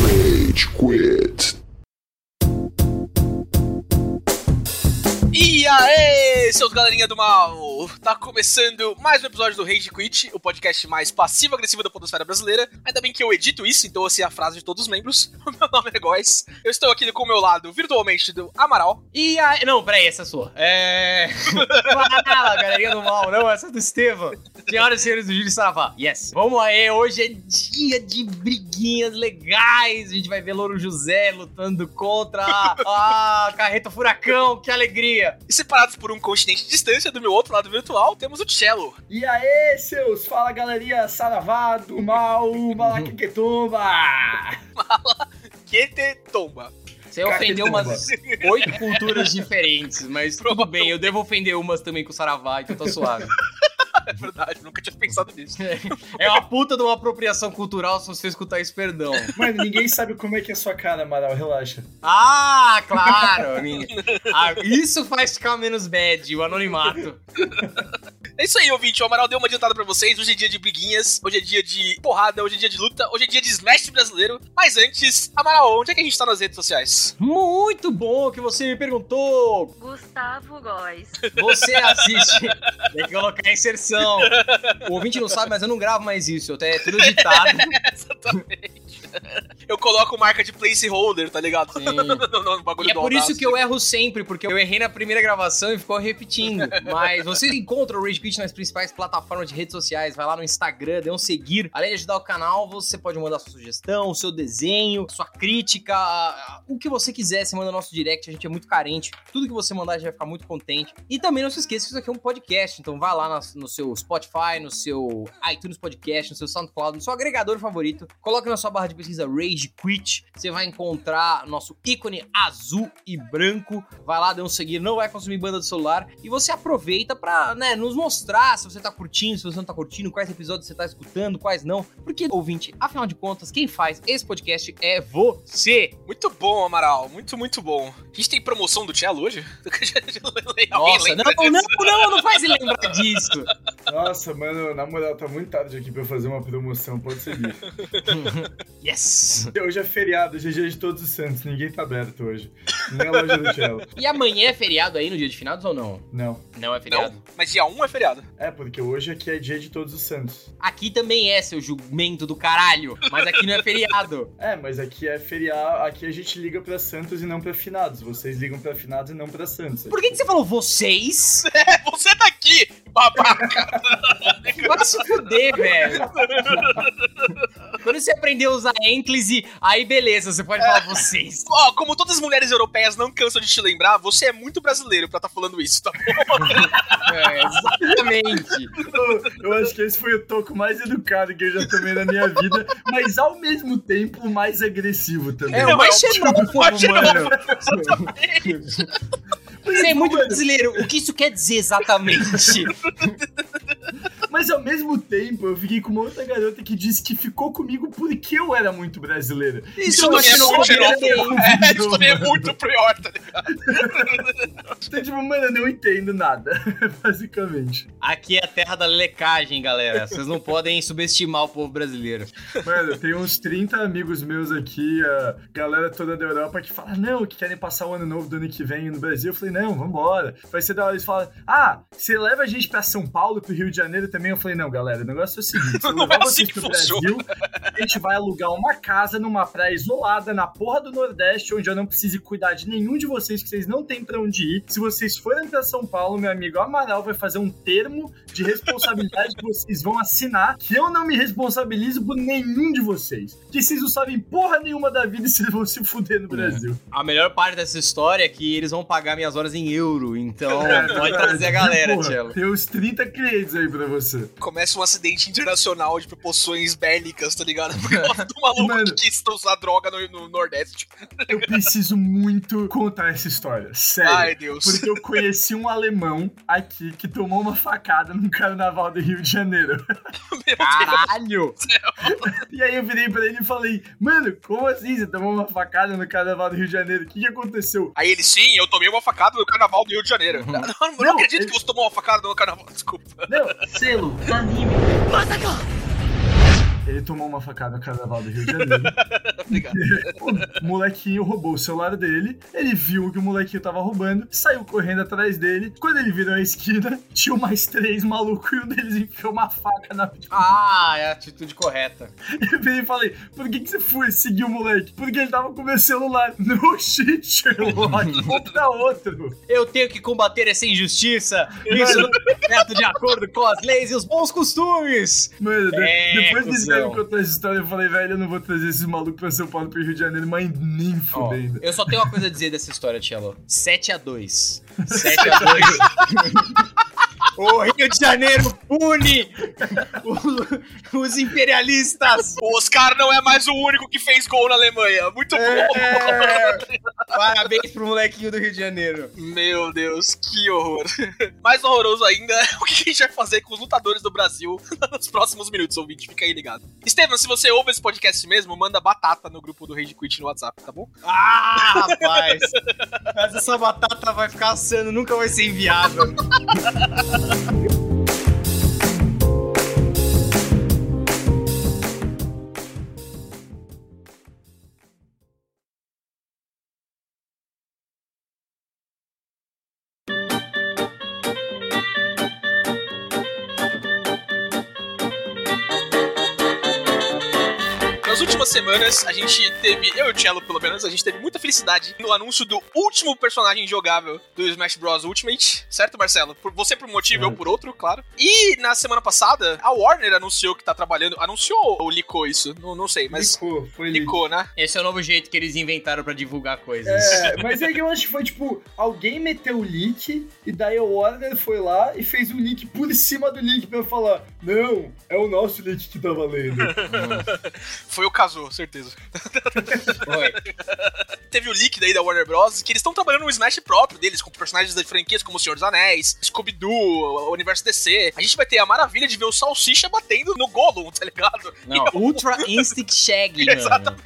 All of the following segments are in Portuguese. Rage Quit. E aí, seus galerinha do mal! Tá começando mais um episódio do Rage Quit, o podcast mais passivo-agressivo da podosfera brasileira. Ainda bem que eu edito isso, então eu sei a frase de todos os membros. O meu nome é Góis. Eu estou aqui com o meu lado, virtualmente, do Amaral. E aí. Não, peraí, essa é sua. É. Fala, galerinha do mal, não, essa é do Estevam. Senhoras e senhores do Júlio Saravá. Yes. Vamos aí, hoje é dia de briguinhas legais. A gente vai ver Louro José lutando contra a, a carreta Furacão, que alegria. E separados por um continente de distância do meu outro lado virtual, temos o Cello. E aí, seus fala galerinha saravá do mal, malaquequetumba! Que te tomba. Você ofendeu umas oito culturas diferentes, mas tudo bem, eu devo ofender umas também com o Saravá, então tá suave. É verdade, nunca tinha pensado nisso. É uma puta de uma apropriação cultural se você escutar esse perdão. Mano, ninguém sabe como é que é a sua cara, Amaral, relaxa. Ah, claro! minha- Ah, isso faz ficar menos bad, o anonimato. É isso aí, ouvinte. O Amaral deu uma adiantada pra vocês. Hoje é dia de briguinhas, hoje é dia de porrada, hoje é dia de luta, hoje é dia de smash brasileiro. Mas antes, Amaral, onde é que a gente tá nas redes sociais? Muito bom que você me perguntou. Gustavo Góes. Você assiste. Tem que colocar a inserção. O ouvinte não sabe, mas eu não gravo mais isso. Eu até é tudo editado. Exatamente. Eu coloco marca de placeholder, tá ligado? Sim. no, no- no bagulho E é do por isso Audacity. que eu erro sempre, porque eu errei na primeira gravação e ficou repetindo. Mas você encontra o Rage Quit nas principais plataformas de redes sociais. Vai lá no Instagram, dê um seguir. Além de ajudar o canal, você pode mandar sua sugestão, seu desenho, sua crítica, o que você quiser. Você manda no nosso direct, a gente é muito carente. Tudo que você mandar, a gente vai ficar muito contente. E também não se esqueça que isso aqui é um podcast. Então vai lá nas- no seu Spotify, no seu iTunes Podcast, no seu SoundCloud, no seu agregador favorito. Coloque na sua barra de pesquisa Rage Quit. Você vai encontrar nosso ícone azul e branco. Vai lá, dê um seguir, não vai consumir banda do celular. E você aproveita pra né, nos mostrar se você tá curtindo, se você não tá curtindo, quais episódios você tá escutando, quais não. Porque, ouvinte, afinal de contas, quem faz esse podcast é você. Muito bom, Amaral. Muito, muito bom. A gente tem promoção do Cello hoje? Alguém Nossa, lembra não, não, disso? não, não faz ele lembrar disso. Nossa, mano, na moral, tá muito tarde aqui pra eu fazer uma promoção, pode seguir. Yes! Hoje é feriado, hoje é dia de todos os santos, ninguém tá aberto hoje. Nem a loja do Cello. E amanhã é feriado aí no dia de finados ou não? Não. Não é feriado. Não, mas dia 1 é feriado. É, porque hoje aqui é dia de todos os santos. Aqui também é, seu jumento do caralho. Mas aqui não é feriado. É, mas aqui é feriado, aqui a gente liga pra santos e não pra finados. Vocês ligam pra finados e não pra santos. Por que, que você falou vocês? É, você tá aqui, babaca. Vai se fuder, velho. Quando você aprender a usar ênclise, aí beleza, você pode falar vocês. Ó, como todas as mulheres europeias não cansam de te lembrar, você é muito brasileiro pra tá falando isso, tá bom? É, exatamente. Eu, eu acho que esse foi o toco mais educado que eu já tomei na minha vida, mas ao mesmo tempo o mais agressivo também. É Não, o mais é o- xenófobo, mais xenófobo. mano. Você é muito brasileiro. O que isso quer dizer exatamente? Mas ao mesmo tempo eu fiquei com uma outra garota que disse que ficou comigo porque eu era muito brasileira. Isso Então, não é assim, eu xenófobo. não xenófobo. entendo. É, isso também é muito pior, tá ligado? Então, tipo, mano, eu não entendo nada, basicamente. Aqui é a terra da lecagem, galera. Vocês não podem subestimar o povo brasileiro. Mano, tem uns 30 amigos meus aqui, a galera toda da Europa, que fala, não, que querem passar o ano novo do ano que vem no Brasil. Eu falei, não, vambora. Vai ser da hora. Eles falam, ah, você leva a gente pra São Paulo, pro Rio de Janeiro também? Eu falei, não, galera, o negócio é o seguinte: se eu Não levar é assim vocês que pro Brasil, a gente vai alugar uma casa numa praia isolada, na porra do Nordeste, onde eu não preciso cuidar de nenhum de vocês, que vocês não têm pra onde ir. Se vocês forem pra São Paulo, meu amigo Amaral vai fazer um termo de responsabilidade que vocês vão assinar, que eu não me responsabilizo por nenhum de vocês. Que vocês não sabem porra nenhuma da vida e vocês vão se fuder É. no Brasil. A melhor parte dessa história é que eles vão pagar minhas horas em euro. Então, pode trazer a Verdade. galera, Porra, Tchelo. Tem uns 30 clientes aí pra você. Começa um acidente internacional de proporções bélicas, tá ligado? Por causa do maluco Mano. que quis usar droga no, no Nordeste. tipo, Eu preciso muito contar essa história. Sério. Ai, Deus. É, Porque eu conheci um alemão aqui que tomou uma facada num carnaval do Rio de Janeiro. Caralho! E aí eu virei pra ele e falei, mano, como assim você tomou uma facada no carnaval do Rio de Janeiro? O que, que aconteceu? Aí ele, sim, eu tomei uma facada no carnaval do Rio de Janeiro. Não, eu não Uhum. Não, acredito ele- que você tomou uma facada no carnaval, desculpa. Não, ele tomou uma facada no carnaval do Rio de Janeiro. Obrigado. O molequinho roubou o celular dele, ele viu que o molequinho tava roubando, saiu correndo atrás dele. Quando ele virou a esquina, tinha mais três malucos e um deles enfiou uma faca na Ah, é a atitude correta. Eu virei e falei, por que, que você foi seguir o moleque? Porque ele tava com meu celular. No shit, Sherlock, contra outro. Eu tenho que combater essa injustiça. Isso não é correto de acordo com as leis e os bons costumes. Mano, de- É, depois que eles cuzão. vieram contar essa história, eu falei, velho, eu não vou trazer esses malucos pra São Paulo, pro Rio de Janeiro, mas nem Ó, fudendo. eu só tenho uma coisa a dizer dessa história, Tchelo. 7x2. 7x2. O Rio de Janeiro une o- os imperialistas. O Oscar não é mais o único que fez gol na Alemanha. Muito bom. É. Parabéns pro molequinho do Rio de Janeiro. Meu Deus, que horror. Mais horroroso ainda é o que a gente vai fazer com os lutadores do Brasil nos próximos minutos, ouvinte. Fica aí ligado. Estevam, se você ouve esse podcast mesmo, manda batata no grupo do Rage Quit no WhatsApp, tá bom? Ah, rapaz. Mas essa batata vai ficar assando, nunca vai ser enviada. Nas últimas semanas, a gente teve, eu e o Cello pelo menos, a gente teve muita felicidade no anúncio do último personagem jogável do Smash Bros. Ultimate, certo, Marcelo? Por- você por um motivo, eu por outro, claro. E na semana passada, a Warner anunciou que tá trabalhando. Anunciou ou licou isso? Não, não sei, mas. Licou, foi licou. Licou, né? Esse é o novo jeito que eles inventaram pra divulgar coisas. É, mas é que eu acho que foi tipo, alguém meteu o leak e daí o Warner foi lá e fez um leak por cima do leak pra eu falar: Não, é o nosso leak que tá valendo. Foi o Kazu, certeza. Foi. Teve o leak daí da Warner Bros. que eles estão trabalhando um Smash próprio deles, com personagens de franquias como O Senhor dos Anéis, Scooby-Doo, o Universo DC. A gente vai ter a maravilha de ver o Salsicha batendo no Gollum, tá ligado? Não, Ultra Instinct Shag, mano.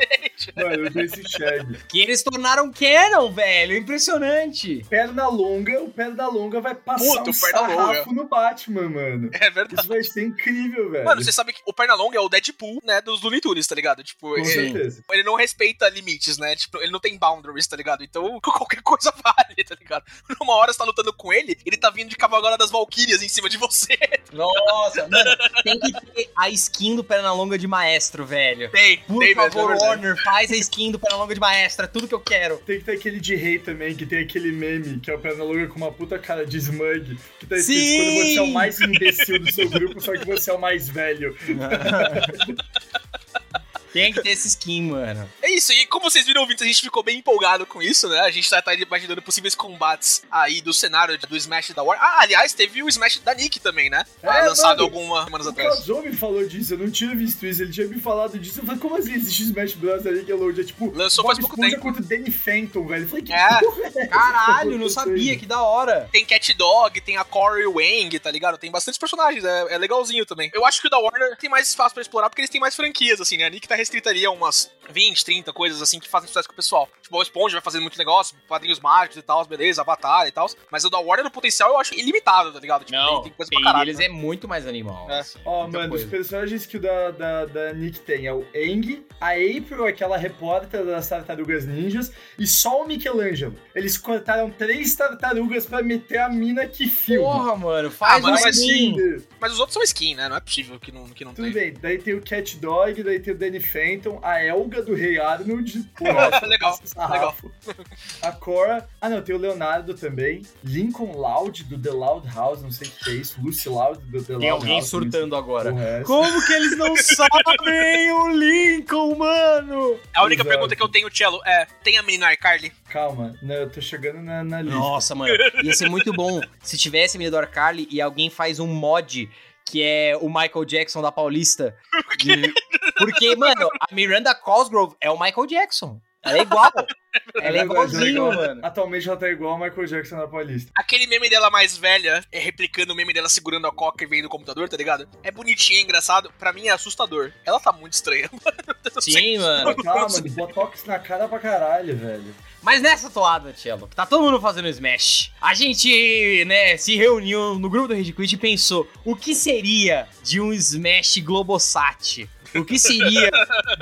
Mano, eu dei esse chegue. Que eles tornaram canon, velho. É Impressionante. Perna longa, o perna longa vai passar Puta, um o Pernalonga. sarrafo no Batman, mano. É verdade. Isso vai ser incrível, velho. Mano, você sabe que o Pernalonga é o Deadpool, né, dos Looney Tunes, tá ligado? Tipo, Com ele, certeza. ele não respeita limites, né? Tipo, ele não tem boundaries, tá ligado? Então, qualquer coisa vale, tá ligado? Numa hora você tá lutando com ele, ele tá vindo de cavalgada das Valkyrias em cima de você. Nossa, mano. Tem que ter a skin do Pernalonga de Maestro, velho. Tem, Por tem, mesmo, é favor, verdade. Warner, faz a skin do Pernalonga de Maestro. É tudo que eu quero. Tem que ter aquele de rei também, que tem aquele meme, que é o Pernalonga com uma puta cara de smug, que tá escrito Sim! quando você é o mais imbecil do seu grupo, só que você é o mais velho. Tem que ter essa skin, mano. É isso, e como vocês viram ouvintes, a gente ficou bem empolgado com isso, né? A gente tá, tá imaginando possíveis combates aí do cenário de- do Smash da War. Ah, aliás, teve o Smash da Nick também, né? É, mano. lançado algumas semanas O atrás. Kazô me falou disso, eu não tinha visto isso, ele tinha me falado disso. Eu falei, como assim existe Smash Bros. na Nickelodeon? É tipo, Lançou Bob faz pouco Esponja tempo. contra o Danny Phantom, velho. Eu falei, que É. porra é essa? Caralho, não sabia. Que da hora. Tem Cat Dog, tem a Corey Wang, tá ligado? Tem bastantes personagens, é, é legalzinho também. Eu acho que o da Warner tem mais espaço pra explorar porque eles têm mais franquias, assim, né? A Nick tá restrita ali a umas 20, 30 coisas, assim, que fazem sucesso com o pessoal. Tipo, o Sponge vai fazendo muito negócio, Padrinhos Mágicos e tal, beleza, Avatar e tal. Mas o da Warner, o potencial eu acho ilimitado, tá ligado? Tipo, tem, tem coisa pra tem- caralho. eles né? é muito mais animal. É. assim. Ó, Muita mano, coisa. os personagens que o da, da, da Nick tem é o Eng, a April, aquela repórter das Tartarugas Ninjas, e só o Michelangelo. Eles cortaram três tartarugas pra meter a mina que filma. Porra, mano, faz um Ah, uma mano, mas skin. Mas os outros são skin, né? Não é possível que não, que não Tudo tenha. bem, daí tem o Cat Dog, daí tem o Danny Phantom, a Elga do Rei Arnold. Porra, Legal, legal. sarrafo. A Cora. Ah, não, tem o Leonardo também. Lincoln Loud, do The Loud House, não sei o que é isso. Lucy Loud, do The Loud House. Tem alguém não sei surtando agora. porra é essa. Como que eles não sabem o Lincoln, mano? A única Exato. pergunta que eu tenho, Cello, é: tem a menina iCarly? Calma, né, eu tô chegando na, na lista. Nossa, mano, ia ser muito bom se tivesse Medor Carly e alguém faz um mod que é o Michael Jackson da Paulista. De- Porque, mano, a Miranda Cosgrove é o Michael Jackson. Ela é igual. Ela é verdade, igualzinho, ela é igual. mano. Atualmente ela tá igual ao Michael Jackson na Paulista. Aquele meme dela mais velha, é replicando o meme dela segurando a coca e vendo o computador, tá ligado? É bonitinho, é engraçado. Pra mim é assustador. Ela tá muito estranha. Eu não sei. Sim, mano. Calma, mano, botox na cara pra caralho, velho. Mas nessa toada, Tchelo, que tá todo mundo fazendo Smash, a gente, né, se reuniu no grupo do Red Quit e pensou o que seria de um Smash Globosat? O que seria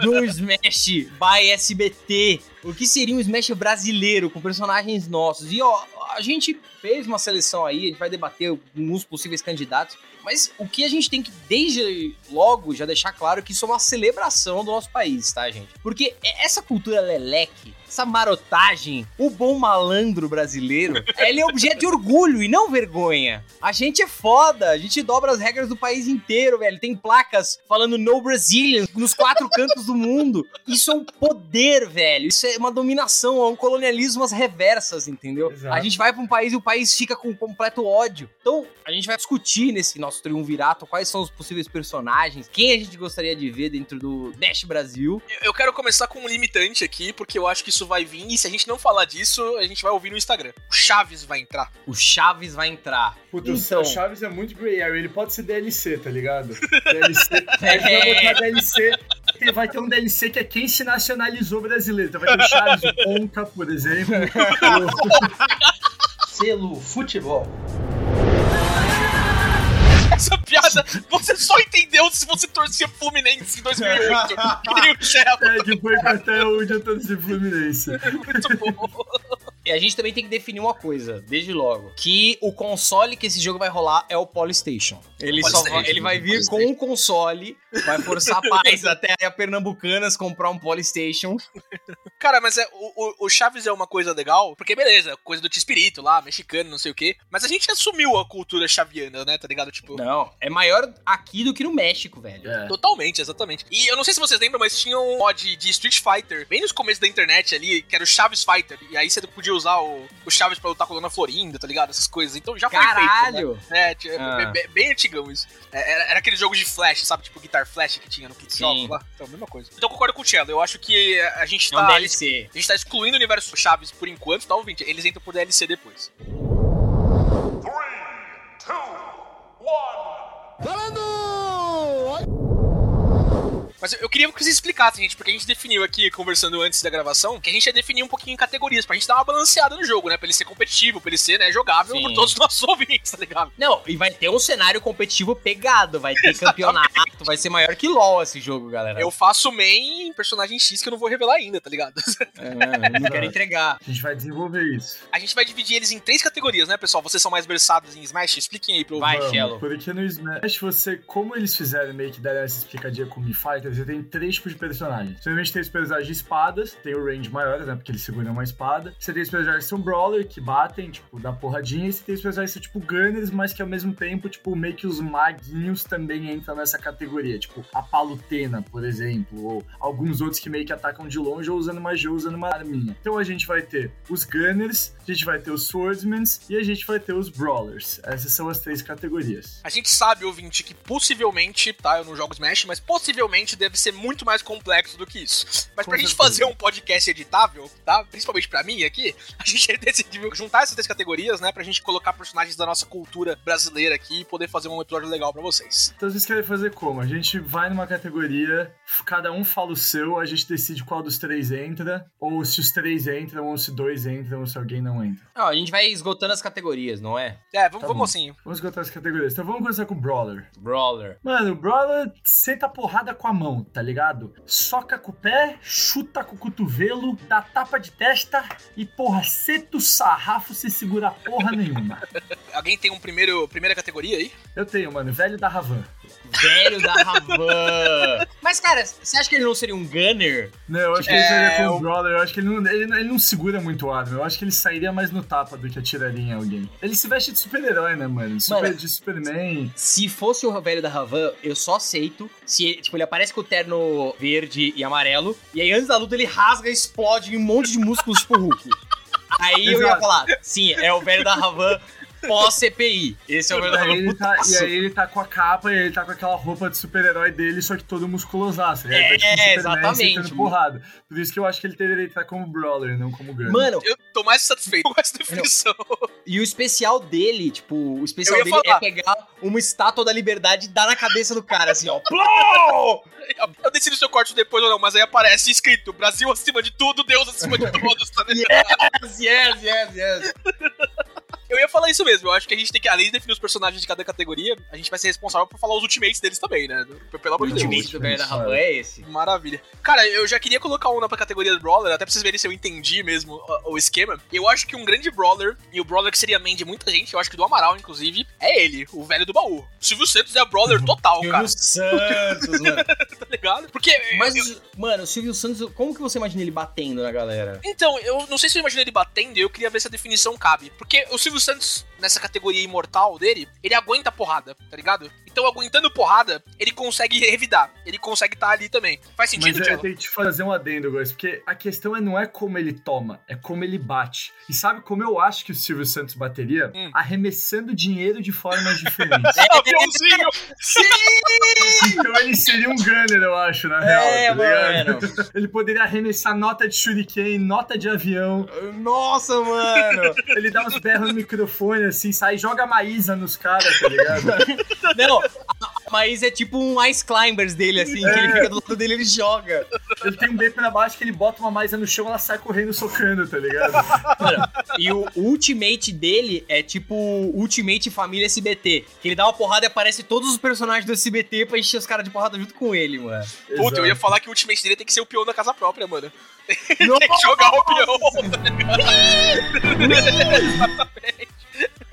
de um Smash by SBT? O que seria um Smash brasileiro com personagens nossos? E ó, a gente fez uma seleção aí, a gente vai debater alguns possíveis candidatos, mas o que a gente tem que, desde logo, já deixar claro que isso é uma celebração do nosso país, tá, gente? Porque essa cultura leleque, essa marotagem, o bom malandro brasileiro, ele é objeto de orgulho e não vergonha. A gente é foda, a gente dobra as regras do país inteiro, velho. Tem placas falando no Brazilian nos quatro cantos do mundo. Isso é um poder, velho. Isso é uma dominação, é um colonialismo às reversas, entendeu? Exato. A gente vai pra um país e o país fica com completo ódio. Então, a gente vai discutir nesse nosso triunvirato quais são os possíveis personagens, quem a gente gostaria de ver dentro do Dash Brasil. Eu- Eu quero começar com um limitante aqui, porque eu acho que isso vai vir, e se a gente não falar disso, a gente vai ouvir no Instagram. O Chaves vai entrar. O Chaves vai entrar. Puta, Então. o Chaves é muito Grey Area, ele pode ser DLC, tá ligado? DLC. Aí É. vai botar DLC. que Vai ter um DLC que é quem se nacionalizou brasileiro. Então vai ter o Chaves, o Conca, por exemplo. Selo futebol. Essa piada, você só entendeu se você torcia Fluminense em 2008. que nem o Chelo. É, de boicotar o Jantando de Fluminense. é Muito bom. E a gente também tem que definir uma coisa, desde logo, que o console que esse jogo vai rolar é o Polystation. Ele só Polystation, vai, ele vai vir com Polystation. um console, vai forçar a paz até a Pernambucanas comprar um Polystation. Cara, mas é, o, o- o Chaves é uma coisa legal, porque beleza, coisa do Tispirito lá, mexicano, não sei o quê. Mas a gente assumiu a cultura chaviana, né? Tá ligado? Tipo. Não, é maior aqui do que no México, velho. É. Totalmente, exatamente. E eu não sei se vocês lembram, mas tinha um mod de Street Fighter, bem nos começos da internet ali, que era o Chaves Fighter. E aí você podia usar o, o Chaves pra lutar com a Dona Florinda, tá ligado? Essas coisas. Então já foi feito, né? Caralho! É, tinha- be- Ah. be- bem, antigão isso. É, era, era aquele jogo de flash, sabe? Tipo Guitar Flash que tinha no Kid Shop Sim. lá. Então, mesma coisa. Então eu concordo com o Cello. Eu acho que a gente É um tá. DLC. a gente tá excluindo o universo Chaves por enquanto, tá ouvinte? Eles entram por DLC depois. Mas eu, eu queria que vocês explicassem, gente, porque a gente definiu aqui, conversando antes da gravação, que a gente ia definir um pouquinho em categorias, pra gente dar uma balanceada no jogo, né? Pra ele ser competitivo, pra ele ser, né, jogável Sim. por todos os nossos ouvintes, tá ligado? Não, e vai ter um cenário competitivo pegado, vai ter campeonato, vai ser maior que LOL esse jogo, galera. Eu faço main em personagem X que eu não vou revelar ainda, tá ligado? É, não quero entregar. A gente vai desenvolver isso. A gente vai dividir eles em três categorias, né, pessoal? Vocês são mais versados em Smash? Expliquem aí pro Vai, Vamos, Shello. Porque no Smash, você, como eles fizeram meio que deram essa explicadinha com o Mi Fighter, você tem três tipos de personagens. Você tem os personagens de espadas, tem o range maior, né? Porque eles seguram uma espada. Você tem os personagens que são brawler, que batem, tipo, dá porradinha. E você tem os personagens que são, tipo, gunners, mas que ao mesmo tempo, tipo, meio que os maguinhos também entram nessa categoria. Tipo, a Palutena, por exemplo, ou alguns outros que meio que atacam de longe ou usando magia ou usando uma arminha. Então a gente vai ter os gunners, a gente vai ter os swordsmans e a gente vai ter os brawlers. Essas são as três categorias. A gente sabe, ouvinte, que possivelmente, tá? Eu não jogo Smash, mas possivelmente deve ser muito mais complexo do que isso. Mas Com pra gente certeza. fazer um podcast editável, tá? Principalmente pra mim aqui, a gente decidiu juntar essas três categorias, né? Pra gente colocar personagens da nossa cultura brasileira aqui e poder fazer um episódio legal pra vocês. Então vocês querem fazer como? A gente vai numa categoria, cada um fala o seu, a gente decide qual dos três entra, ou se os três entram, ou se dois entram, ou se alguém não entra. Não, a gente vai esgotando as categorias, não é? É, vamos, Tá vamos bom. assim. Vamos contar as categorias. Então vamos começar com o brawler. Brawler. Mano, o brawler senta a porrada com a mão, tá ligado? Soca com o pé, chuta com o cotovelo, dá tapa de testa e, porra, seta o sarrafo sem segurar porra nenhuma. Alguém tem um primeiro, primeira categoria aí? Eu tenho, mano, velho da Ravan. Velho da Ravan. Mas, cara, você acha que ele não seria um gunner? Não, eu acho que É, ele sairia com o- o Brawler. Eu acho que ele não, ele, não- ele não segura muito o arma. Eu acho que ele sairia mais no tapa do que atiraria em alguém. Ele se veste de super-herói, né, mano? Super, Mano. De Superman. Se fosse o velho da Ravan, eu só aceito se ele, tipo, ele aparece com o terno verde e amarelo, e aí antes da luta ele rasga e explode em um monte de músculos tipo Hulk. Aí eu ia Exato. falar, sim, é o velho da Ravan pós-CPI. Esse é o velho E da aí, Ravan ele tá, e putaço. aí ele tá com a capa e ele tá com aquela roupa de super-herói dele, só que todo musculosaço. Ele É, tá tipo um Superman exatamente. sentando porrada. Por isso que eu acho que ele deveria entrar como Brawler, não como Gunner. Mano, Eu tô mais satisfeito com essa definição. e o especial dele, tipo, o especial Eu ia dele falar. é pegar uma estátua da liberdade e dar na cabeça do cara, assim, ó. Plou! Eu decido se eu corto depois ou não, mas aí aparece escrito: Brasil acima de tudo, Deus acima de todos, tá ligado? Yes, yes, yes, yes. eu ia falar isso mesmo. Eu acho que a gente tem que, além de definir os personagens de cada categoria, a gente vai ser responsável por falar os ultimates deles também, né? Pelo amor de Deus. Ultimate do Guerra é esse. Maravilha. Cara, eu já queria colocar um na pra categoria do Brawler, até pra vocês verem se eu entendi mesmo ó, o esquema. Eu acho que um grande Brawler, e o Brawler que seria main de muita gente, eu acho que do Amaral, inclusive, é ele, o velho do baú. O Silvio Santos é Brawler total, cara, Silvio Santos, mano. tá ligado? Porque. eu- Mas, eu- mano, o Silvio Santos, como que você imagina ele batendo na galera? então, eu não sei se eu imagino ele batendo, eu queria ver se a definição cabe. Porque o Silvio Santos, nessa categoria imortal dele, ele aguenta porrada, tá ligado? Então, aguentando porrada, ele consegue revidar. Ele consegue estar ali também. Faz Mas sentido, eu Thiago? tenho que te fazer um adendo, guys, porque a questão é, não é como ele toma, é como ele bate. E sabe como eu acho que o Silvio Santos bateria? Hum. Arremessando dinheiro de formas diferentes. Aviãozinho! então ele seria um gunner, eu acho, É, na real. É, tá ligado? Ele poderia arremessar nota de shuriken, nota de avião. Nossa, mano! Ele dá uns berros no microfone, assim, sai e joga a Maísa nos caras, tá ligado? Não, a- a Maís é tipo um Ice Climbers dele, assim, É. que ele fica do lado dele e ele joga. Ele tem um B pra baixo que ele bota uma Maísa no chão, ela sai correndo socando, tá ligado? E o ultimate dele é tipo Ultimate Família SBT. Que ele dá uma porrada e aparece todos os personagens do SBT pra encher os caras de porrada junto com ele, mano. Puta, eu ia Exato. falar que o ultimate dele tem que ser o peão da casa própria, mano. Tem que Nossa! jogar o peão.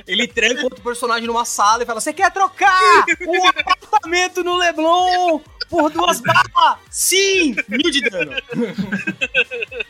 Ele tranca outro personagem numa sala e fala: Você quer trocar o apartamento no Leblon por duas balas? Sim! Mil de dano.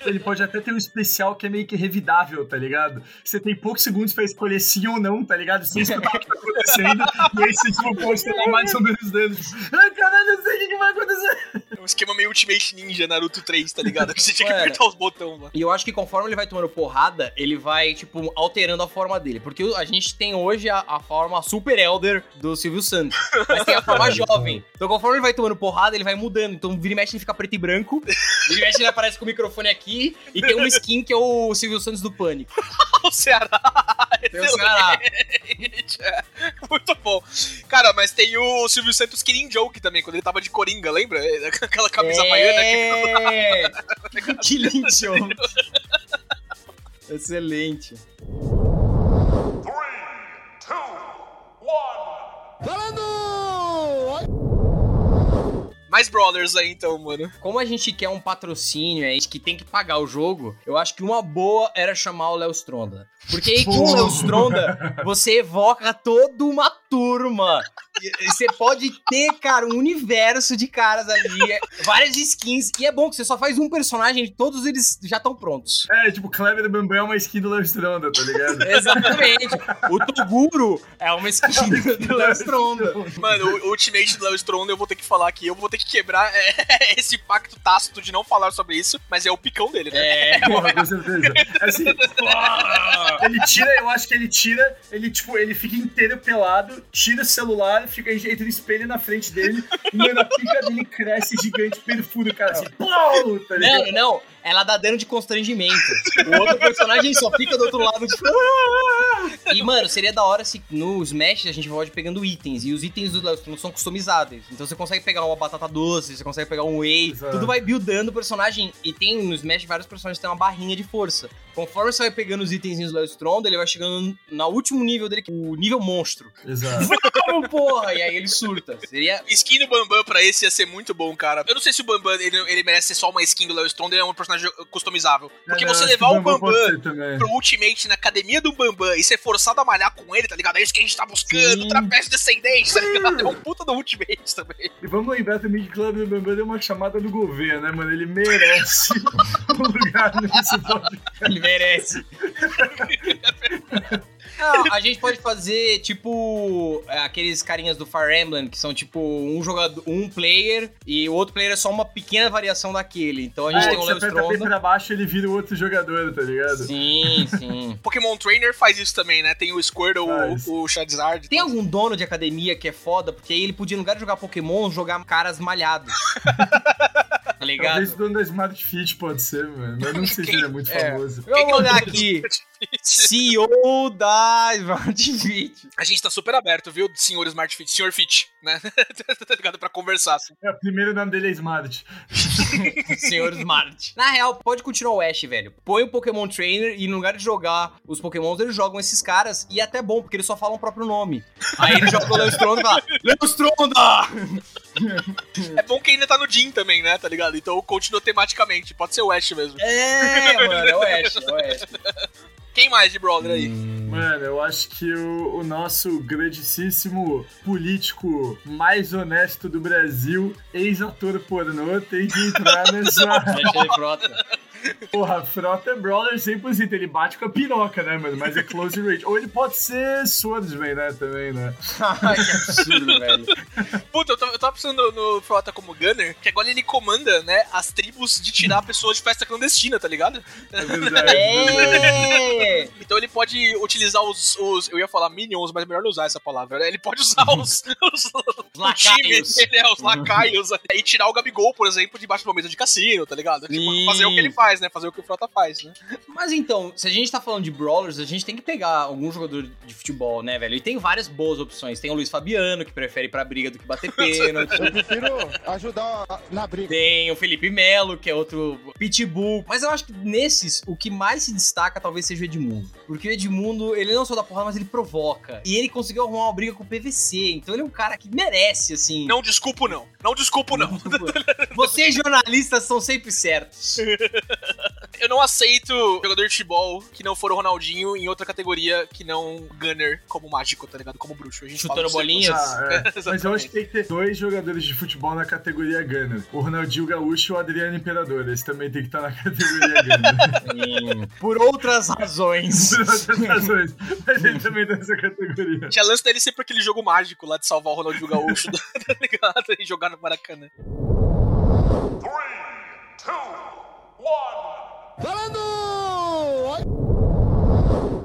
Ele pode até ter um especial que é meio que revidável, tá ligado? Você tem poucos segundos pra escolher sim ou não, tá ligado? Sem escutar o que tá acontecendo. e aí você, tipo, pô, você tá mais ou menos dando. tipo, Ai, caralho, não sei o que, que vai acontecer. É um esquema meio Ultimate Ninja Naruto 3, tá ligado? Que Você tinha que Mano. apertar os botões lá. E eu acho que conforme ele vai tomando porrada, ele vai, tipo, alterando a forma dele. Porque a gente tem hoje a, a forma super elder do Silvio Santos. Mas tem a forma jovem. Então conforme ele vai tomando porrada, ele vai mudando. Então vira e mexe ele fica preto e branco. Vira e mexe ele aparece com o microfone aqui. E tem uma skin que é o Silvio Santos do Pânico. O Ceará, Tem o Ceará. gente, é muito bom. Cara, mas tem o Silvio Santos Killing Joke também, quando ele tava de Coringa, lembra? Aquela camisa baiana. é... Que lindo show. Excelente. Mais Brawlers aí, então, mano. Como a gente quer um patrocínio aí que tem que pagar o jogo, eu acho que uma boa era chamar o Léo Stronda. Porque aí com o Léo Stronda, você evoca toda uma turma. E- e Você pode ter, cara, um universo de caras ali, é, várias skins. E é bom que você só faz um personagem e todos eles já estão prontos. É, tipo, Kleber do Bambam é uma skin do Léo Stronda, tá É, ligado? Exatamente. O Toguro é uma skin do- do Léo Stronda. Mano, o- o Ultimate do Léo Stronda, eu vou ter que falar aqui. Eu vou ter que quebrar é, esse pacto tácito de não falar sobre isso, mas é o picão dele, né? É, Porra, com certeza. Assim, ele tira, eu acho que ele tira, ele tipo, ele fica inteiro pelado, tira o celular, fica entre o espelho na frente dele, e mano, a pica dele cresce gigante, perfura o cara É. assim, pau, tá ligado? Não, não, ela dá dano de constrangimento. O outro personagem só fica do outro lado. Tipo... E, mano, seria da hora se no Smash a gente pode pegando itens. E os itens do Léo Stronda são customizáveis. Então você consegue pegar uma batata doce, você consegue pegar um whey. Exato. Tudo vai buildando o personagem. E tem no Smash vários personagens que tem uma barrinha de força. Conforme você vai pegando os itenzinhos do Léo Stronda, ele vai chegando no último nível dele, que é o nível monstro. Exato. Como porra! E aí ele surta. Seria. Skin do Bambam pra esse ia ser muito bom, cara. Eu não sei se o Bambam ele, ele merece ser só uma skin do Léo Stronda, ele é um personagem customizável. Porque Não, você É, acho levar que o Bambam pode ser também. pro Ultimate na academia do Bambam e ser forçado a malhar com ele, tá ligado? É isso que a gente tá buscando, Sim. o trapézio descendente, tá ligado? É um puta do Ultimate também. E vamos lembrar também que Kleber do Bambam deu uma chamada do governo, né, mano? Ele merece um lugar nesse podcast. Ele merece. Não, a gente pode fazer tipo é, aqueles carinhas do Fire Emblem que são tipo um jogador, um player e o outro player é só uma pequena variação daquele. Então a gente É, tem o você Léo aperta bem Stronda. pra baixo ele vira o outro jogador, tá ligado? Sim, sim. Pokémon Trainer faz isso também, né? Tem o Squirtle, Faz. o, o Charizard. Tem algum dono de academia que é foda, porque aí ele podia, no lugar de jogar Pokémon, jogar caras malhados. tá ligado? Talvez o dono da Smart Fit pode ser, mano. Mas não sei se Quem- ele é muito é. famoso. Vamos olhar aqui. CEO da Smart Fit. A gente tá super aberto, viu, senhor Smart Fit, senhor Fit, né? tá ligado? Pra conversar. É, o primeiro nome dele é Smart. Senhor Smart. Na real, pode continuar o Ash, velho. Põe o Pokémon Trainer e no lugar de jogar os Pokémons, eles jogam esses caras. E é até bom, porque eles só falam o próprio nome. Aí ele joga o Leostronda e fala, Leostronda! É bom que ainda tá no Jim também, né? Tá ligado? Então continua tematicamente. Pode ser o Ash mesmo. É, mano, é o Ash, é o Ash. Quem mais de brother aí? Mano, eu acho que o, o nosso grandíssimo político mais honesto do Brasil, ex-ator pornô, tem que entrar nessa. Achei frota. Porra, é Frota Brawler 100%. Ele bate com a piroca, né, mano? Mas é close range. Ou ele pode ser Swordsman, né, também, né? Ai, que absurdo, velho. Puta, eu tava, eu tava pensando no, no Frota como Gunner, que agora ele comanda, né, as tribos de tirar pessoas de festa clandestina, tá ligado? É verdade. É! Então ele pode utilizar os. os- eu ia falar minions, mas melhor não usar essa palavra, né? Ele pode usar os. os Uhum. Os o time, lacaios. Uhum. ele é, os lacaios. aí tirar o Gabigol, por exemplo, debaixo de uma mesa de cassino, tá ligado? Tipo, Sim. fazer o que ele faz, né? Fazer o que o Frota faz, né? Mas então, se a gente tá falando de brawlers, a gente tem que pegar algum jogador de futebol, né, velho? E tem várias boas opções. Tem o Luiz Fabiano, que prefere ir pra briga do que bater pênalti. Eu prefiro ajudar na briga. Tem o Felipe Melo, que é outro pitbull. Mas eu acho que nesses, o que mais se destaca talvez seja o Edmundo. Porque o Edmundo, ele não só dá porrada, mas ele provoca. E ele conseguiu arrumar uma briga com o PVC. Então ele é um cara que merece, assim. Tipo, Não desculpo, não. Não desculpo, não. Vocês jornalistas são sempre certos. Eu não aceito jogador de futebol que não for o Ronaldinho em outra categoria que não Gunner como mágico, tá ligado? Como bruxo. A gente fala Chutando sempre. bolinhas. Ah, é. Mas eu Exatamente. acho que tem que ter dois jogadores de futebol na categoria Gunner. O Ronaldinho Gaúcho e o Adriano Imperador. Esse também tem que estar na categoria Gunner. Por outras razões. Por outras razões. Mas ele também tá nessa categoria. Tinha lance dele sempre aquele jogo mágico lá de salvar o Ronaldinho Gaúcho, tá ligado? E jogar no Maracanã.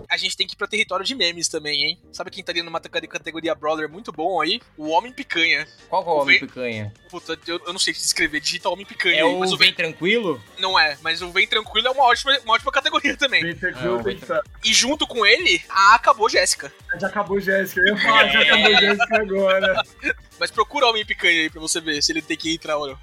A gente tem que ir pra território de memes também, hein? Sabe quem tá estaria numa cate- categoria Brawler muito bom aí? O Homem Picanha. Qual que é o Vem- homem picanha? Puta, eu, eu não sei se escrever, digita Homem Picanha É aí, o mas o Vem Vem... Tranquilo? Não é, mas o Vem Tranquilo é uma ótima, uma ótima categoria também. Bem tranquilo, É, tem que estar. E junto com ele, a Acabou Jéssica. Já acabou o Jéssica. Eu ia falar, É. já acabou o Jéssica agora. Mas procura o Homem Picanha aí pra você ver se ele tem que entrar ou não.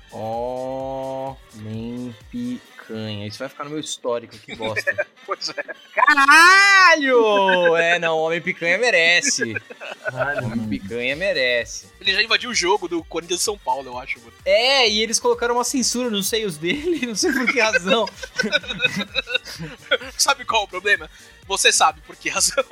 Homem Picanha. Isso vai ficar no meu histórico, que bosta. Pois é. Caralho! É, não, Homem Picanha merece. Caralho, Homem mano. Picanha merece. Ele já invadiu o jogo do Corinthians de São Paulo, eu acho, mano. É, e eles colocaram uma censura nos seios dele, não sei por que razão. Sabe qual é o problema? Você sabe por que razão.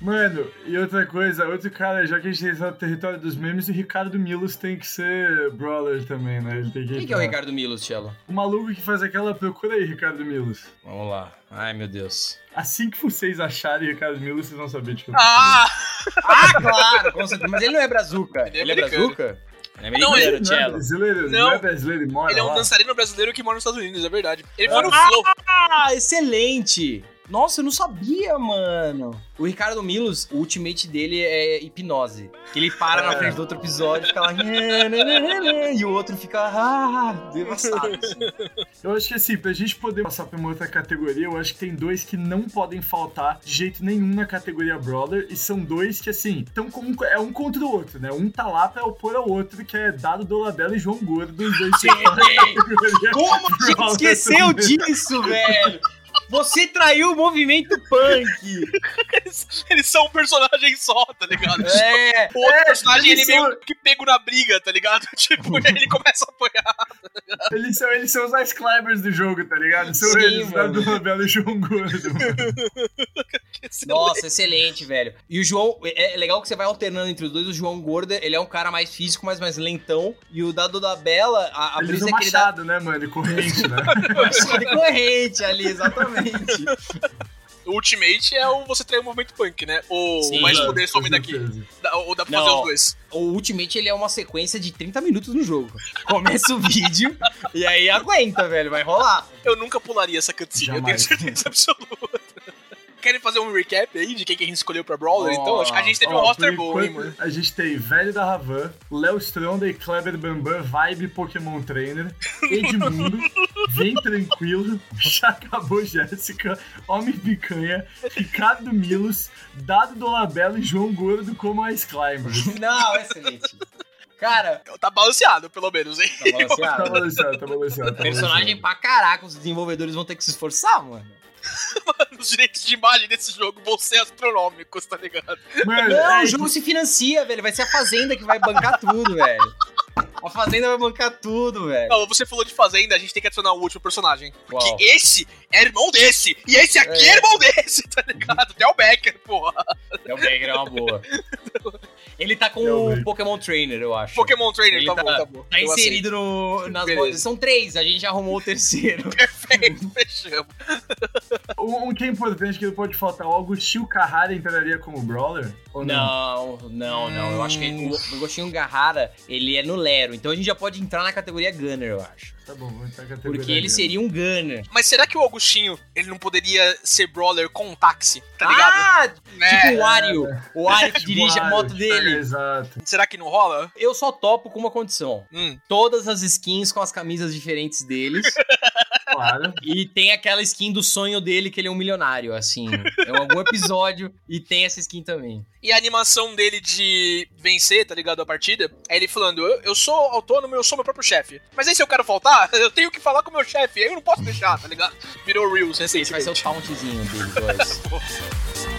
Mano, e outra coisa, outro cara, já que a gente está no território dos memes, o Ricardo Milos tem que ser brother também, né? Ele tem que Quem que é o Ricardo Milos, Cello? O maluco que faz aquela procura aí, Ricardo Milos. Vamos lá. Ai, meu Deus. Assim que vocês acharem Ricardo Milos, vocês vão saber tipo, de quem. Ah! Ah, claro! com certeza. Mas ele não é brazuca. Ele é Ele é americano. brazuca? Ele é Não, americano, Não é Cello. brasileiro, não, Não. é brasileiro, ele mora Ele é um lá. dançarino brasileiro que mora nos Estados Unidos, é verdade. Ele mora no Flow. Ah, excelente! Nossa, eu não sabia, mano. O Ricardo Milos, o ultimate dele é hipnose. Ele para na frente do outro episódio e fica lá. "Nhã, nhã, nhã, nhã", E o outro fica ah, devastado. assim. Eu acho que assim, pra gente poder passar pra uma outra categoria, eu acho que tem dois que não podem faltar de jeito nenhum na categoria brother, e são dois que assim, tão como é um contra o outro, né? Um tá lá pra opor ao outro, que é Dado Dolabella e João Gordo, os dois que estão na categoria Como a gente brother esqueceu também. disso, velho? Você traiu o movimento punk. Eles são um personagem só, tá ligado? É. O outro personagem, ele eles são- meio que pego na briga, tá ligado? Tipo, ele começa a apoiar. Eles são, eles são os Ice Climbers do jogo, tá ligado? São Sim, eles, mano. Dado Dolabella e João Gordo. mano. é Nossa, excelente, velho. E o João, é é legal que você vai alternando entre os dois. O João Gordo, ele é um cara mais físico, mas mais lentão. E o Dado da Bela, a, a Eles brisa são é que ele dá machado, né, mano? E corrente, né? Só de corrente ali, exatamente. O Ultimate é o você trair o movimento punk, né? Ou Sim. mais Exato, poder some com daqui. certeza. Dá- Ou dá pra fazer Não. os dois. O Ultimate, ele é uma sequência de 30 minutos no jogo. Começa o vídeo e aí aguenta, velho, vai rolar. Eu nunca pularia essa cutscene, eu tenho Jamais. certeza absoluta. Querem fazer um recap aí de quem que a gente escolheu pra Brawler? então, acho que a gente teve um Ó, roster por bom, hein, enquanto, mano. A gente tem Velho da Ravan, Léo Stronda e Kleber Bambam, Vibe Pokémon Trainer, Edmundo, Vem Tranquilo, Já Acabou Jéssica, Homem Picanha, Ricardo Milos, Dado Dolabella e João Gordo como a Climber. Não, é excelente. Cara, Tá balanceado, pelo menos, hein? tá Tá balanceado. balançado, tá balançado. Tá Personagem balanceado. pra caraca, os desenvolvedores vão ter que se esforçar, mano. Os direitos de imagem desse jogo vão ser astronômicos, tá ligado? Mano, Não, é, o jogo se financia, velho. Vai ser a Fazenda que vai bancar tudo, velho. A Fazenda vai bancar tudo, velho. Não, você falou de Fazenda, a gente tem que adicionar o último personagem. Porque Uau. esse é irmão desse, e esse aqui é, É. irmão desse, tá ligado? Del Becker, porra. Del Becker é uma boa. Ele tá com Del o Becker. Pokémon Trainer, eu acho. Pokémon Trainer, Ele tá, bom, tá- tá bom. Tá Eu inserido no, nas Beleza. vozes. São três, a gente já arrumou o terceiro. aceito. Fechamos. um, um que é importante que não pode faltar, o Augustinho Carrara entraria como Brawler? Ou não? Não, não, não. Eu acho que o, o Gostinho Garrara, ele é no Lero. Então a gente já pode entrar na categoria Gunner, eu acho. Tá bom, vou entrar com a Porque categoria. ele seria um Gunner. Mas será que o Augustinho, ele não poderia ser brawler com táxi, tá ligado? Ah, né? tipo o Wario. O Wario que Tipo, dirige a ah, moto é, dele. Exato. Será que não rola? Eu só topo com uma condição. Hum. Todas as skins com as camisas diferentes deles. Claro. E tem aquela skin do sonho dele que ele é um milionário, assim. É um algum episódio e tem essa skin também. E a animação dele de vencer, tá ligado? A partida, é ele falando: eu, eu sou autônomo, eu sou meu próprio chefe. Mas aí se eu quero faltar, eu tenho que falar com o meu chefe, aí eu não posso deixar, tá ligado? Virou Reels Esse vai ser o recentemente. tauntzinho dele, dois.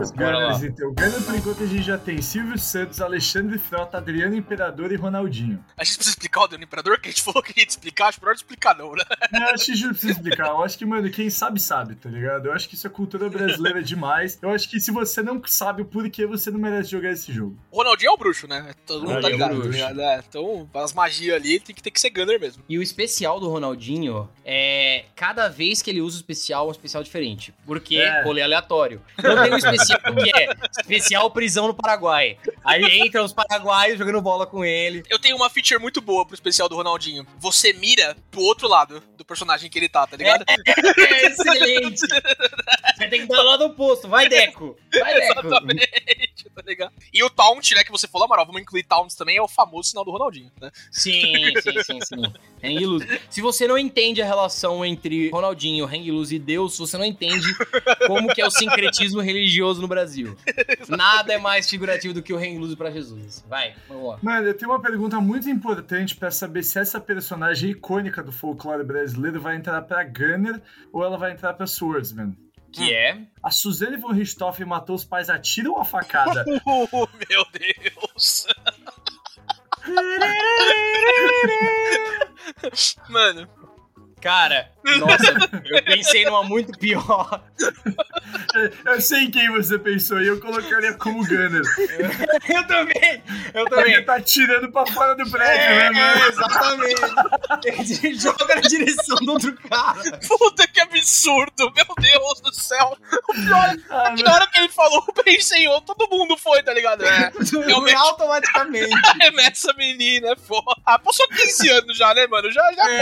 Os Bora lá. caras, então, Gana, por enquanto a gente já tem Silvio Santos, Alexandre Frota, Adriano Imperador e Ronaldinho. A gente precisa explicar o do Imperador, que a gente falou que ia te explicar, acho melhor não explicar, não, né? Eu acho que juro pra você explicar. Eu acho que, mano, quem sabe, sabe, tá ligado? Eu acho que isso é cultura brasileira demais. Eu acho que se você não sabe o porquê, você não merece jogar esse jogo. O Ronaldinho é o bruxo, né? Todo mundo Ah, tá ele é ligado, bruxo. tá ligado? É, então, as magias ali tem que ter que ser Gunner mesmo. E o especial do Ronaldinho é cada vez que ele usa o especial, é um especial diferente. Porque É. rolê aleatório. Então tem um especial que é especial prisão no Paraguai. Aí entram os paraguaios jogando bola com ele. Eu tenho uma feature muito boa pro especial do Ronaldinho. Você mira pro outro lado do personagem que ele tá, tá ligado? É excelente! Você tem que dar lá do posto. Vai, Deco! Vai, Deco! Exatamente, tá ligado? E o taunt, né, que você falou, Amaral, vamos incluir taunts também, é o famoso sinal do Ronaldinho, né? Sim, sim, sim, sim. Hang loose. Se você não entende a relação entre Ronaldinho, Hang loose e Deus, você não entende como que é o sincretismo religioso no Brasil. Nada é mais figurativo do que o Hang loose pra Jesus. Vai, vamos lá. Mano, eu tenho uma pergunta muito importante pra saber se essa personagem icônica do folclore brasileiro vai entrar pra Gunner ou ela vai entrar pra Swordsman. Que é? A Suzane von Richthofen matou os pais a tiro ou a facada? Uh, meu Deus. Mano, Cara, nossa, eu pensei numa muito pior. Eu sei em quem você pensou e eu colocaria como Gunner. Eu também, eu Ele também. tá tirando pra fora do prédio, né, mano? É, exatamente. Ele joga na direção do outro cara. puta que absurdo, meu Deus do céu. O pior Ah, é que na hora que ele falou, eu pensei em outro, todo mundo foi, tá ligado? É. Realmente. Automaticamente. Arremessa a menina, porra. Ah, passou 15 anos já, né, mano? Já, já É.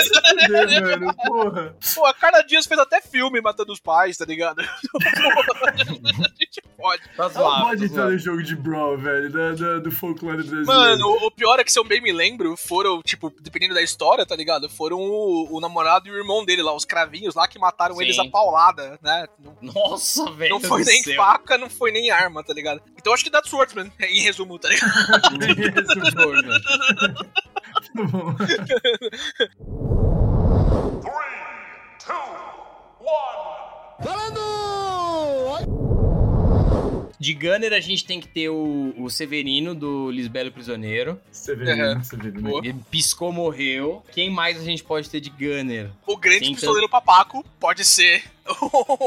pode, né? Cadê, mano? Porra. Pô, a Carla Dias fez até filme matando os pais, tá ligado? a gente pode. Tá Não zoado, pode tá entrar zoado. no jogo de Brawl, velho, da- da- do folclore brasileiro. Mano, o pior é que, se eu bem me lembro, foram, tipo, dependendo da história, tá ligado? Foram o, o namorado e o irmão dele lá, os cravinhos lá que mataram Sim. eles a paulada, né? Não, Nossa, velho. não foi do nem céu. faca, não foi nem arma, tá ligado? Então acho que dá Swordsman, em resumo, tá ligado? é Isso, Tá bom. Falando! De Gunner a gente tem que ter o, o Severino do Lisbelo Prisioneiro. Severino, É. Severino. Boa. Ele piscou, morreu. Quem mais a gente pode ter de Gunner? O grande Sim, pistoleiro papaco pode ser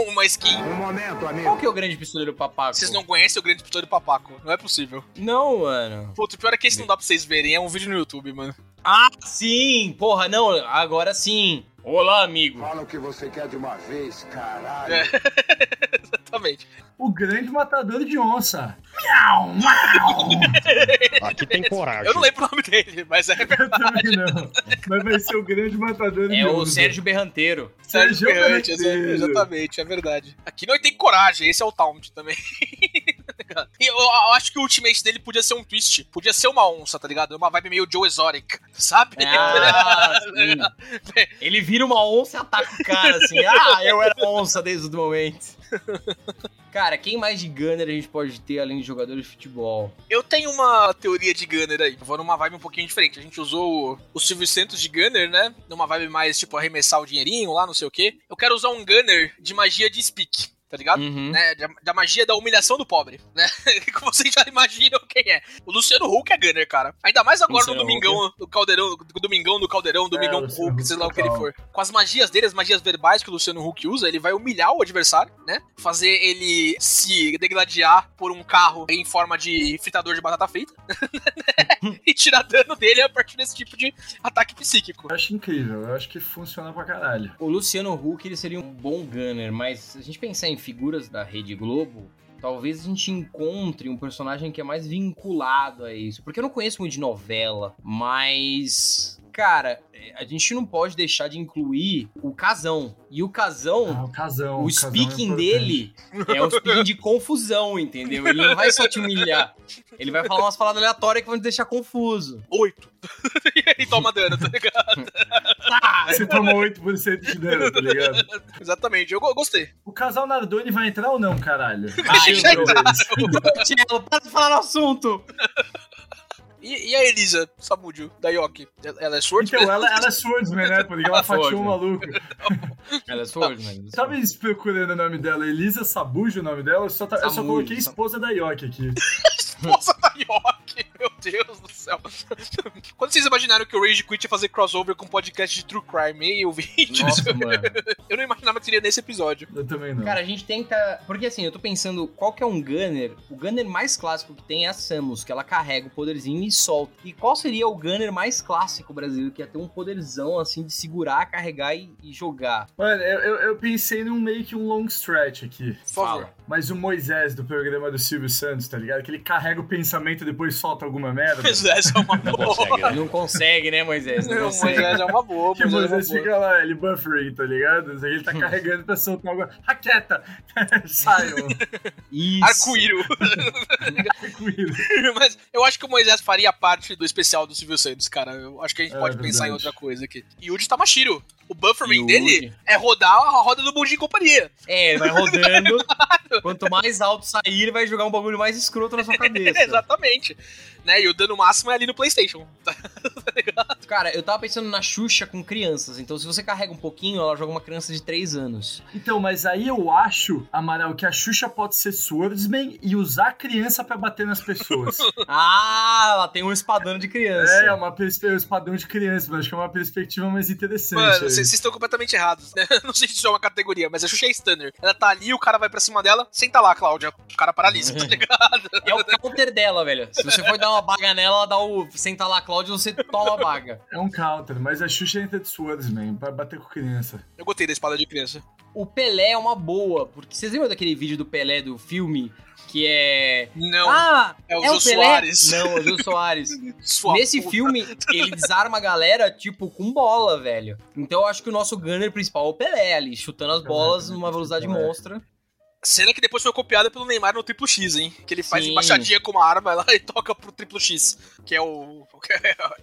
uma skin. Um momento, Qual amigo. que é o grande pistoleiro papaco? Vocês não conhecem o grande pistoleiro papaco. Não é possível. Não, mano. Pô, o pior é que esse não dá pra vocês verem. É um vídeo no YouTube, mano. Ah, sim! Porra, não, agora sim. Olá, amigo. Fala o que você quer de uma vez, caralho. É. Exatamente. O grande matador de onça. Miau, miau. Aqui tem coragem. Eu não lembro o nome dele, mas é Eu também não. Mas vai ser o grande matador de É o onça. Sérgio Berranteiro. Sérgio Berrante. Berranteiro. Exatamente, é verdade. Aqui não tem coragem. Esse é o Taunt também. E eu, eu acho que o ultimate dele podia ser um twist. Podia ser uma onça, tá ligado? Uma vibe meio Joe Exotic, sabe? Ah, sim. Ele vira uma onça e ataca o cara, assim. Ah, eu era onça desde o momento. Cara, quem mais de Gunner a gente pode ter além de jogador de futebol? Eu tenho uma teoria de Gunner aí. Eu vou numa vibe um pouquinho diferente. A gente usou o, o Silvio Santos de Gunner, né? Numa vibe mais tipo arremessar o dinheirinho lá, não sei o quê. Eu quero usar um Gunner de magia de speak, tá ligado? Hum? Uhum. Né, da, da magia da humilhação do pobre, né? Como vocês já imaginam quem é. O Luciano Huck é Gunner, cara. Ainda mais agora Luciano no Domingão, no Caldeirão, no Domingão do Caldeirão, Domingão do É, Luciano Hulk, Huck sei lá o que ele total. for. Com as magias dele, as magias verbais que o Luciano Huck usa, ele vai humilhar o adversário, né? Fazer ele se degladiar por um carro em forma de fritador de batata frita e tirar dano dele a partir desse tipo de ataque psíquico. Eu acho incrível, eu acho que funciona pra caralho. O Luciano Huck ele seria um bom gunner, mas se a gente pensar em figuras da Rede Globo, talvez a gente encontre um personagem que é mais vinculado a isso. Porque eu não conheço muito de novela, mas. Cara, é, a gente não pode deixar de incluir o casão. E o casão. Ah, o casão. o casão é speaking importante. dele é um speaking de confusão, entendeu? Ele não vai só te humilhar. Ele vai falar umas palavras aleatórias que vão te deixar confuso. Oito. e toma dano, tá ligado? Você tomou 8% de dano, tá ligado? Exatamente, eu go- gostei. O casal Nardoni vai entrar ou não, caralho? Ah, Vai, Deixa eu ver eles. Então, Tielo, para de falar no assunto! E, e a Elisa Samudio, da Yoki? Ela ela é sorte? Então, ela, ela é swordsman, né? Porque ela fatiou o maluco. Ela é sword, mano. Tava procurando o nome dela, Elisa Sabujo, o nome dela. Eu só, tá- eu só Sabujo. coloquei esposa da Yoki aqui. esposa da York, meu Deus do céu. Quando vocês imaginaram que o Rage Quit ia fazer crossover com podcast de True Crime, hein, ouvintes? Nossa, mano. Eu não imaginava que seria nesse episódio. Eu também não. Cara, a gente tenta. Porque assim, eu tô pensando qual que é um gunner. O gunner mais clássico que tem é a Samus, que ela carrega o poderzinho e solta. E qual seria o gunner mais clássico brasileiro que ia ter um poderzão assim de segurar, carregar e, e jogar? Mano, eu, eu, eu pensei num meio que um long stretch aqui. Por favor. Mas o Moisés do programa do Silvio Santos, tá ligado? Que ele carrega o pensamento e depois solta alguma merda. Mas essa é uma Não boa. consegue, né? Não consegue, né, Moisés? Não Não, consegue. Moisés é uma boa, Que o Moisés é uma Moisés boa. fica lá, ele buffering, tá ligado? Ele tá carregando pra soltar alguma. Raqueta! Sai, mano. Isso. Arco-íris. Tranquilo. Mas eu acho que o Moisés faria parte do especial do Silvio Santos, cara. Eu acho que a gente É, pode é pensar em verdade. outra coisa aqui. Yuji Tamashiro. O buffering Yuji. dele é rodar a roda do Bundinho e Companhia. É, vai rodando. Quanto mais alto sair, ele vai jogar um bagulho mais escroto na sua cabeça. Exatamente. Né? E o dano máximo é ali no PlayStation. Cara, eu tava pensando na Xuxa com crianças. Então, se você carrega um pouquinho, ela joga uma criança de 3 anos. Então, mas aí eu acho, Amaral, que a Xuxa pode ser swordsman e usar a criança pra bater nas pessoas. Ah, ela tem um espadano de criança. é, é uma perspectiva, um espadão de criança, mas acho que é uma perspectiva mais É, interessante. Mano, aí. vocês vocês estão completamente errados. né? Não sei se isso é uma categoria, mas a Xuxa é stunner. Ela tá ali, o cara vai pra cima dela, senta lá, Cláudia. O cara paralisa, tá ligado? É o counter dela, velho. Se você for dar uma baga nela, ela dá o. Senta lá, Cláudio, você toma a baga. É um counter, mas a Xuxa entra de swordsman pra bater com criança. Eu gostei da espada de criança. O Pelé é uma boa, porque vocês lembram daquele vídeo do Pelé do filme que é. Não, ah! é o é Jô o Pelé? Soares. Não, é o Jô Soares. Sua Nesse puta. filme, ele desarma a galera, tipo, com bola, velho. Então eu acho que o nosso gunner principal é o Pelé ali, chutando as Caraca, bolas né? numa velocidade Caraca. monstra. Cena que depois foi copiada pelo Neymar no Triplo X, hein? Que ele faz Sim. embaixadinha com uma arma lá e toca pro Triplo X. Que é o.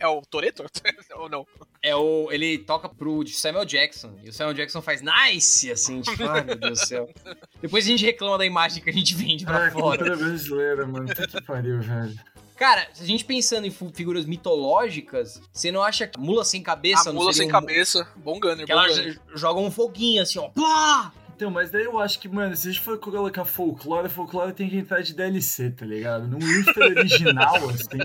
É o Toreto? Ou não? É o. Ele toca pro Samuel Jackson. E o Samuel Jackson faz nice, assim, tipo, ai meu Deus do céu. Depois a gente reclama da imagem que a gente vende pra É, fora. cultura brasileira, mano. Puta que pariu, velho. Cara, se a gente pensando em fu- figuras mitológicas, você não acha que mula sem cabeça A não mula seria sem um- cabeça. Bom gunner, Que bom ela gunner. jo- joga um foguinho assim, ó. Plá! Então, mas daí eu acho que, mano, se a gente for colocar folclore, folclore tem que entrar de DLC, tá ligado? No Ulster original, assim, tem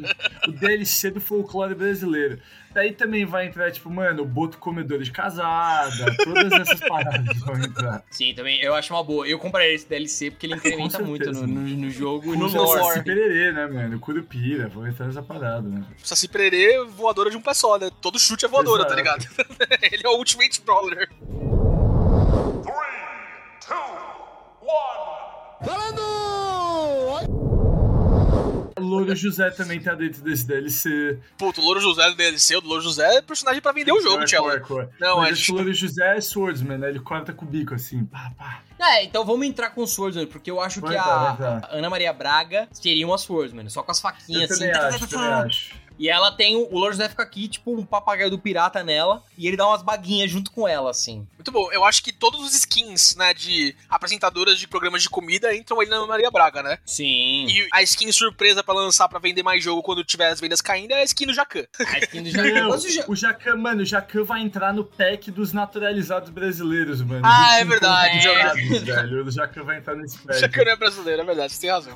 o DLC do folclore brasileiro. Daí também vai entrar, tipo, mano, o Boto Comedor de Casada, todas essas paradas vão entrar. Sim, também eu acho uma boa. Eu compraria esse DLC porque ele incrementa Com muito certeza. no, no- no jogo e no Os Saci lore. Pererê, né, mano? Curupira, vão entrar nessa parada, né? Saci Pererê, voadora de um pé só, né? Todo chute é voadora, tá ligado? Exato. Ele é o Ultimate Brawler. Louro José também tá dentro desse DLC. Puto, o Louro José do DLC, o do Louro José é personagem pra vender o jogo, Cor, Tchelo. cor, cor. Não, Mas é acho que o Louro José é Swordsman, né? Ele corta com o bico, assim, pá, pá. É, então vamos entrar com o Swordsman, porque eu acho Vai que entrar, a, vai entrar. a Ana Maria Braga seria uma Swordsman, só com as Eu é faquinhas assim. também tá, acho, também acho. E ela tem. O o Lord José fica aqui, tipo, um papagaio do pirata nela. E ele dá umas baguinhas junto com ela, assim. Muito bom. Eu acho que todos os skins, né, de apresentadoras de programas de comida entram aí na Maria Braga, né? Sim. E a skin surpresa pra lançar pra vender mais jogo quando tiver as vendas caindo é a skin do Jacan. A skin do Jacan. Não, Mas o Ja- o Jacan, mano, o Jacan vai entrar no pack dos naturalizados brasileiros, mano. Ah, é Dos verdade, encontrados, velho. O Jacan vai entrar nesse O pack. Jacan não é brasileiro, é verdade, você tem razão.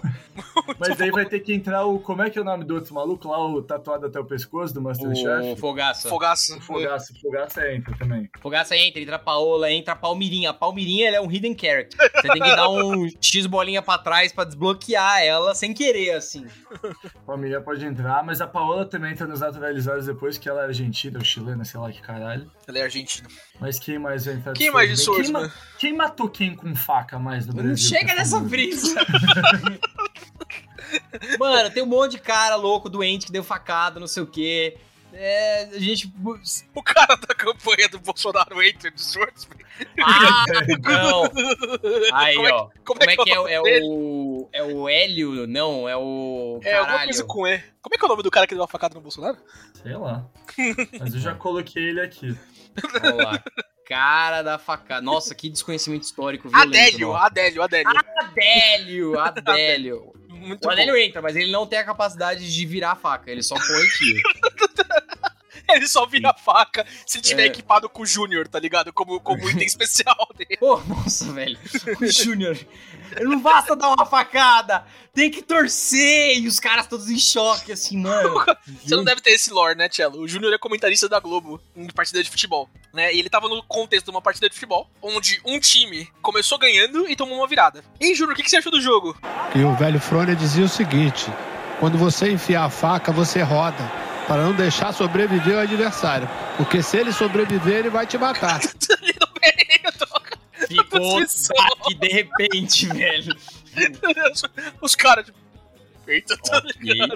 Mas daí vai ter que entrar o. Como é que é o nome do outro maluco lá, o tatuado até o pescoço do O Masterchef? Fogaça. Fogaça. Fogaça, Fogaça entra também. Fogaça entra, entra a Paola, entra a Palmirinha. A Palmirinha ela é um hidden character. Você tem que dar um X bolinha pra trás pra desbloquear ela sem querer, assim. Palmeiras pode entrar, mas a Paola também entra nos naturalizados depois que ela é argentina ou chilena, sei lá que caralho. Ela é argentina. Mas quem mais vai entrar Quem mais de né? Swordsman? Swordsman? Quem, ma- quem matou quem com faca mais no Brasil? Não chega que é nessa famoso? brisa. Mano, tem um monte de cara louco, doente, que deu facada, não sei o quê. É, a gente. O cara da campanha do Bolsonaro entra de Swordsman. Ah, não! Aí, Como é que- ó. Como, Como é que é, o o- é nome dele? o. É o Hélio? Não, é o. É, alguma coisa Caralho. com E. Como é que é o nome do cara que deu a facada no Bolsonaro? Sei lá. Mas eu já coloquei ele aqui. Olha lá. Cara da facada. Nossa, que desconhecimento histórico. violento, Adélio, nossa. Adélio, Adélio. Ah, Adélio, Adélio. Muito O bom. Adélio entra, mas ele não tem a capacidade de virar a faca, ele só põe e tira. Ele só vira a faca se tiver É. equipado com o Júnior, tá ligado? Como, como item especial dele. Pô, nossa, velho. O Júnior. Não basta dar uma facada, tem que torcer. E os caras todos em choque, assim, mano. Você não deve ter esse lore, né, Tchelo? O Júnior é comentarista da Globo em partida de futebol, né? E ele tava no contexto de uma partida de futebol, onde um time começou ganhando e tomou uma virada. E aí, Júnior, o que, que você achou do jogo? E o velho Frônia dizia o seguinte: quando você enfiar a faca, você roda, para não deixar sobreviver o adversário. Porque se ele sobreviver, ele vai te matar. Ele não perdeu. Ficou Isso. baque de repente, velho. Os caras, tipo... Eita, tá ligado?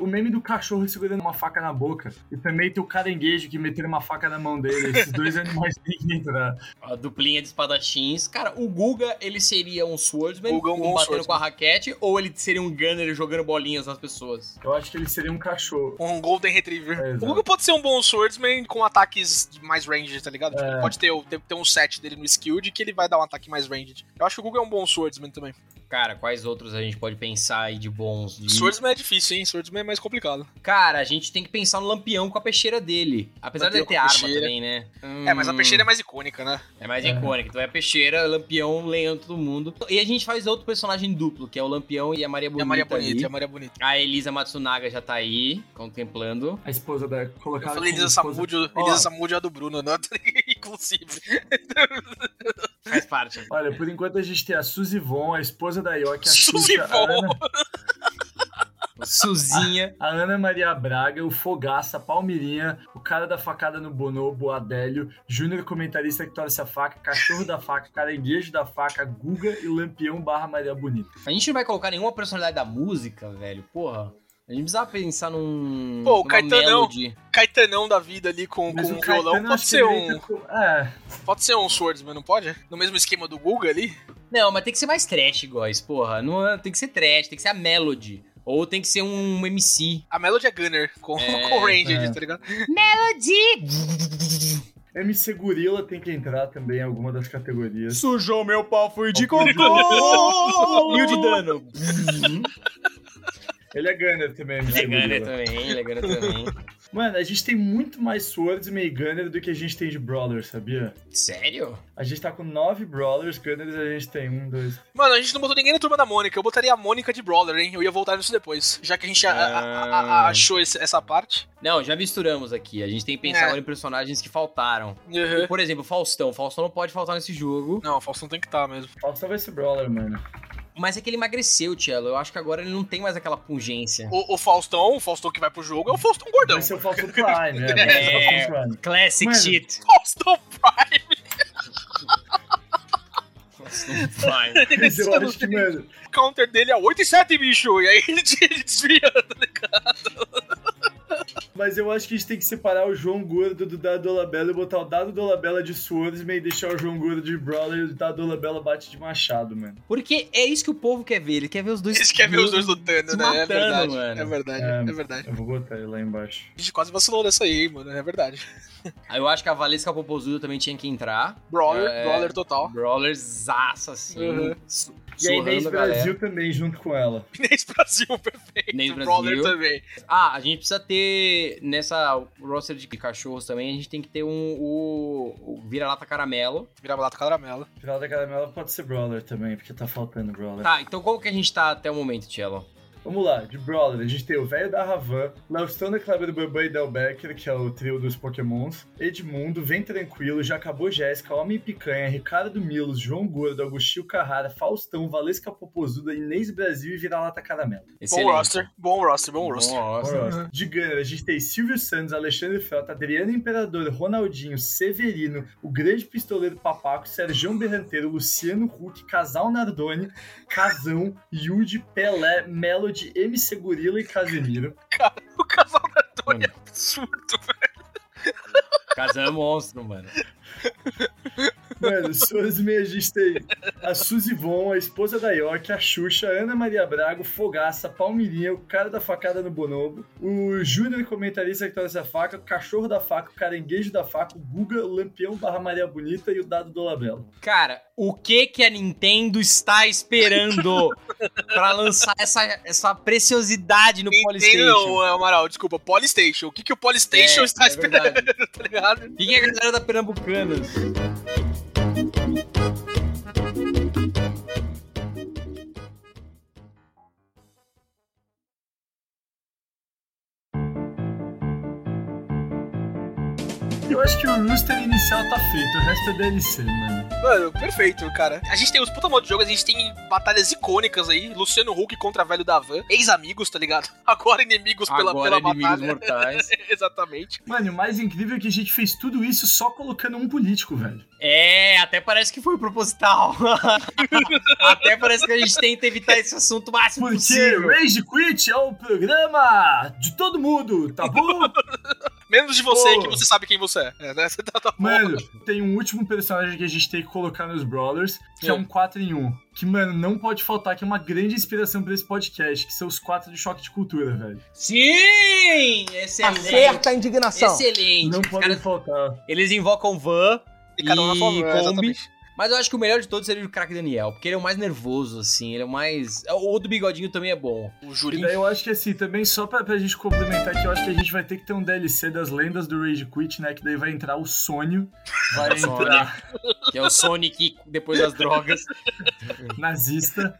O meme do cachorro segurando uma faca na boca. E também tem o caranguejo que meteram uma faca na mão dele. Esses dois animais têm que entrar. A duplinha de espadachins. Cara, o Guga, ele seria um swordsman, Guga é um bom batendo swordsman. com a raquete, ou ele seria um gunner jogando bolinhas nas pessoas? Eu acho que ele seria um cachorro. Um Golden Retriever. É, o exato. Guga pode ser um bom Swordsman com ataques de mais ranged, tá ligado? Tipo, É. ele pode ter, o- ter, ter um set dele no Skilled que ele vai dar um ataque mais ranged. Eu acho que o Guga é um bom Swordsman também. Cara, quais outros a gente pode pensar aí de bons? De... Swordsman é difícil, hein? Swordsman é mais complicado. Cara, a gente tem que pensar no Lampião com a peixeira dele. Apesar de Lampião ele ter com a peixeira. arma também, né? É, mas a peixeira é mais icônica, né? é mais É. icônica. Então é a peixeira, Lampião, lenhando todo mundo. E a gente faz outro personagem duplo, que é o Lampião e a Maria E Bonita. a Maria é Bonita, ali. e a Maria Bonita. A Elisa Matsunaga já tá aí, contemplando. A esposa da. Eu Colocaram falei como Elisa esposa- Samud, Ó, Elisa Samud é a do Bruno, né? Inclusive. Faz parte. Olha, por enquanto a gente tem a Suzy Von, a esposa da Yoki, a Suzy Xuxa, a Von. Ana, Suzinha. a Ana Maria Braga, o Fogaça, a Palmirinha, o cara da facada no Bonobo, o Adélio, Júnior comentarista que torce a faca, cachorro da faca, caranguejo da faca, Guga e Lampião barra Maria Bonita. A gente não vai colocar nenhuma personalidade da música, velho. Porra. A gente precisa pensar num. Pô, o numa Caetanão. melody. Caetanão da vida ali com, com Mas um o Caetano, violão pode acho que ser ele um, entra com- É, pode ser um Swordsman, não pode? No mesmo esquema do Guga ali? Não, mas tem que ser mais trash, guys, porra. Não, é- tem que ser trash, tem que ser a melody. Ou tem que ser um MC. A Melody é Gunner com, É, com Ranged, tá ligado? MC Gorila tem que entrar também em alguma das categorias. Sujou meu pau, fui de cocô! Mil de dano. Uhum. Ele é Gunner também, MC Legana é Gorila. também, Legana também. Mano, a gente tem muito mais Swords e Meio Gunner do que a gente tem de Brawlers, sabia? Sério? A gente tá com nove Brawlers, Gunners a gente tem um, dois. Mano, a gente não botou ninguém na turma da Mônica. Eu botaria a Mônica de Brawler, hein? Eu ia voltar nisso depois. Já que a gente a- a- a- Ah. a- achou esse- essa parte. Não, já misturamos aqui. A gente tem que pensar É. agora em personagens que faltaram. Uhum. Por exemplo, Faustão. Faustão não pode faltar nesse jogo. Não, o Faustão tem que estar mesmo. Falta vai ser Brawler, mano. Mas é que ele emagreceu, Tchelo. Eu acho que agora ele não tem mais aquela pungência. O, o Faustão, o Faustão que vai pro jogo é o Faustão gordão. Vai ser o Falso Prime, né? É. Vai ser o Falso Prime. Classic Mano. shit. Faustão Prime. Vai. Mas eu acho que, mano, O counter dele é 8 e 7, bicho. E aí ele de- ele desvia. mas eu acho que a gente tem que separar o João Gordo do Dado Dolabella e botar o Dado Dolabella de Swordsman e deixar o João Gordo de Brawler e o Dado Dolabella bate de machado, mano. Porque é isso que o povo quer ver. Ele quer ver os dois. Eles querem ver os dois lutando, se né? é matando, verdade. mano. É verdade, É. é verdade. Eu vou botar ele lá embaixo. A gente quase vacilou nessa aí, hein, mano. É verdade. Aí eu acho que a Valesca Popozuda também tinha que entrar. Brawler, É. Brawler total. Brawler zaça, assim. Uhum. su- E aí, surrando Inês a galera. Brasil também, junto com ela. Inês Brasil, perfeito. Inês Brawler Brasil. também. Ah, a gente precisa ter nessa roster de cachorros também, a gente tem que ter um o, o vira-lata caramelo. Vira-lata caramelo. Final da caramela pode ser Brawler também, porque tá faltando Brawler. Tá, então qual que a gente tá até o momento, Cello? Vamos lá, de Brawler, a gente tem o Velho da Ravan, Laustona, Kleber do Bambam e Del Becker, que é o trio dos Pokémons, Edmundo, Vem Tranquilo, Jacabô Jéssica, Homem Picanha, Ricardo Milos, João Gordo, Agostinho Carrara, Faustão, Valesca Popozuda, Inês Brasil e Vira-Lata Caramelo. Excelente. Bom roster, bom roster, bom Bom roster. roster. Bom, De Gunner, a gente tem Silvio Santos, Alexandre Frota, Adriano Imperador, Ronaldinho, Severino, o grande pistoleiro Papaco, Sergião Berranteiro, Luciano Huck, Casal Nardoni, Casão, Yudi, Pelé, Melody, MC Gorila e Casemiro. O casal da Tony é absurdo. Casão é monstro, mano. Mano, suas meias a gente tem a Suzy Von, a esposa da York, a Xuxa, a Ana Maria Braga, o Fogaça, a Palmirinha, o cara da facada no Bonobo, o Júnior comentarista que trouxe a faca, o cachorro da faca, o caranguejo da faca, o Guga, o Lampião barra Maria Bonita e o Dado do Labelo. Cara, o que que a Nintendo está esperando pra lançar essa, essa preciosidade no Nintendo é Polystation? não, Amaral, desculpa. Polystation. O que, que o Polystation É, está é esperando, verdade. tá ligado? O que, que a galera tá da Pernambucanas? Eu acho que o Rooster inicial tá feito, o resto é DLC, mano. Mano, perfeito, cara. A gente tem os puta modos de jogo, a gente tem batalhas icônicas aí. Luciano Huck contra velho da Van. Ex-amigos, tá ligado? Agora inimigos pela, Agora pela inimigos batalha. mortais. Exatamente. Mano, e o mais incrível é que a gente fez tudo isso só colocando um político, velho. É, até parece que foi proposital. até parece que a gente tenta evitar esse assunto o máximo Porque possível. Rage Quit é o programa de todo mundo, tá bom? Menos de você, Pô. que você sabe quem você é. é né? Você tá, tá bom. Mano, tem um último personagem que a gente tem que colocar nos Brawlers, que é, É. um 4 em 1. Que, mano, não pode faltar, que é uma grande inspiração pra esse podcast, que são os quatro de choque de cultura, velho. Sim! Excelente! Acerta a indignação. Excelente! Não Os podem caras- faltar. eles invocam Van, E cada um na sua e van, Kombi. exatamente. mas eu acho que o melhor de todos seria o craque Daniel, porque ele é o mais nervoso, assim, ele é o mais. O do bigodinho também é bom. O E Julinho. daí eu acho que assim, também só pra, pra gente complementar aqui, eu acho que a gente vai ter que ter um DLC das lendas do Rage Quit, né? Que daí vai entrar o Sônio, vai O Sônio. entrar Que é o Sonic depois das drogas. nazista,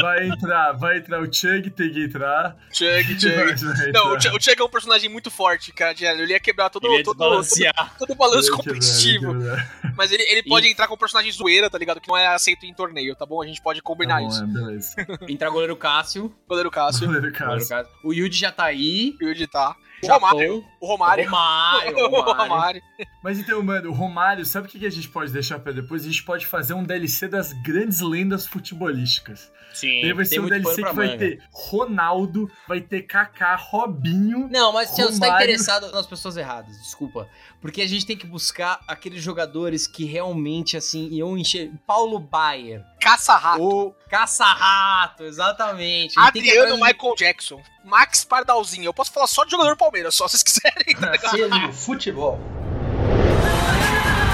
vai entrar, vai entrar o Chug, tem que entrar. Chug, Chug. Vai Não, o entrar. Chug- o Chug é um personagem muito forte, cara. Diário. Ele ia quebrar todo, Ele ia todo, todo, desbalancear. todo é o balanço Vai quebrar, vai competitivo. quebrar. Mas ele, ele pode entrar com um personagem zoeira, tá ligado? Que não é aceito em torneio, tá bom? A gente pode Tá combinar bom, isso. é, beleza. Entra goleiro Cássio. Goleiro Cássio, Valeu, cara. Goleiro Cássio. O Yuji já tá aí. o Yudi tá. O Japão. Romário. O Romário. Romário. O Romário. Romário. Mas então, mano, o Romário, sabe o que que a gente pode deixar pra depois? A gente pode fazer um DLC das grandes lendas futebolísticas. Sim. Ele vai ser um muito pano DLC pra que vai manga. ter Ronaldo, vai ter Kaká, Robinho. Não, mas Tiago, você tá Romário. interessado nas pessoas erradas, desculpa. Porque a gente tem que buscar aqueles jogadores que realmente, assim, iam encher. Paulo Baier, Caça-rato. o Caça-Rato, exatamente. A gente tem que ir Adriano atrás Michael Jackson. Max Pardalzinho. Eu posso falar só de jogador do Palmeiras, só se vocês quiserem. Selo futebol.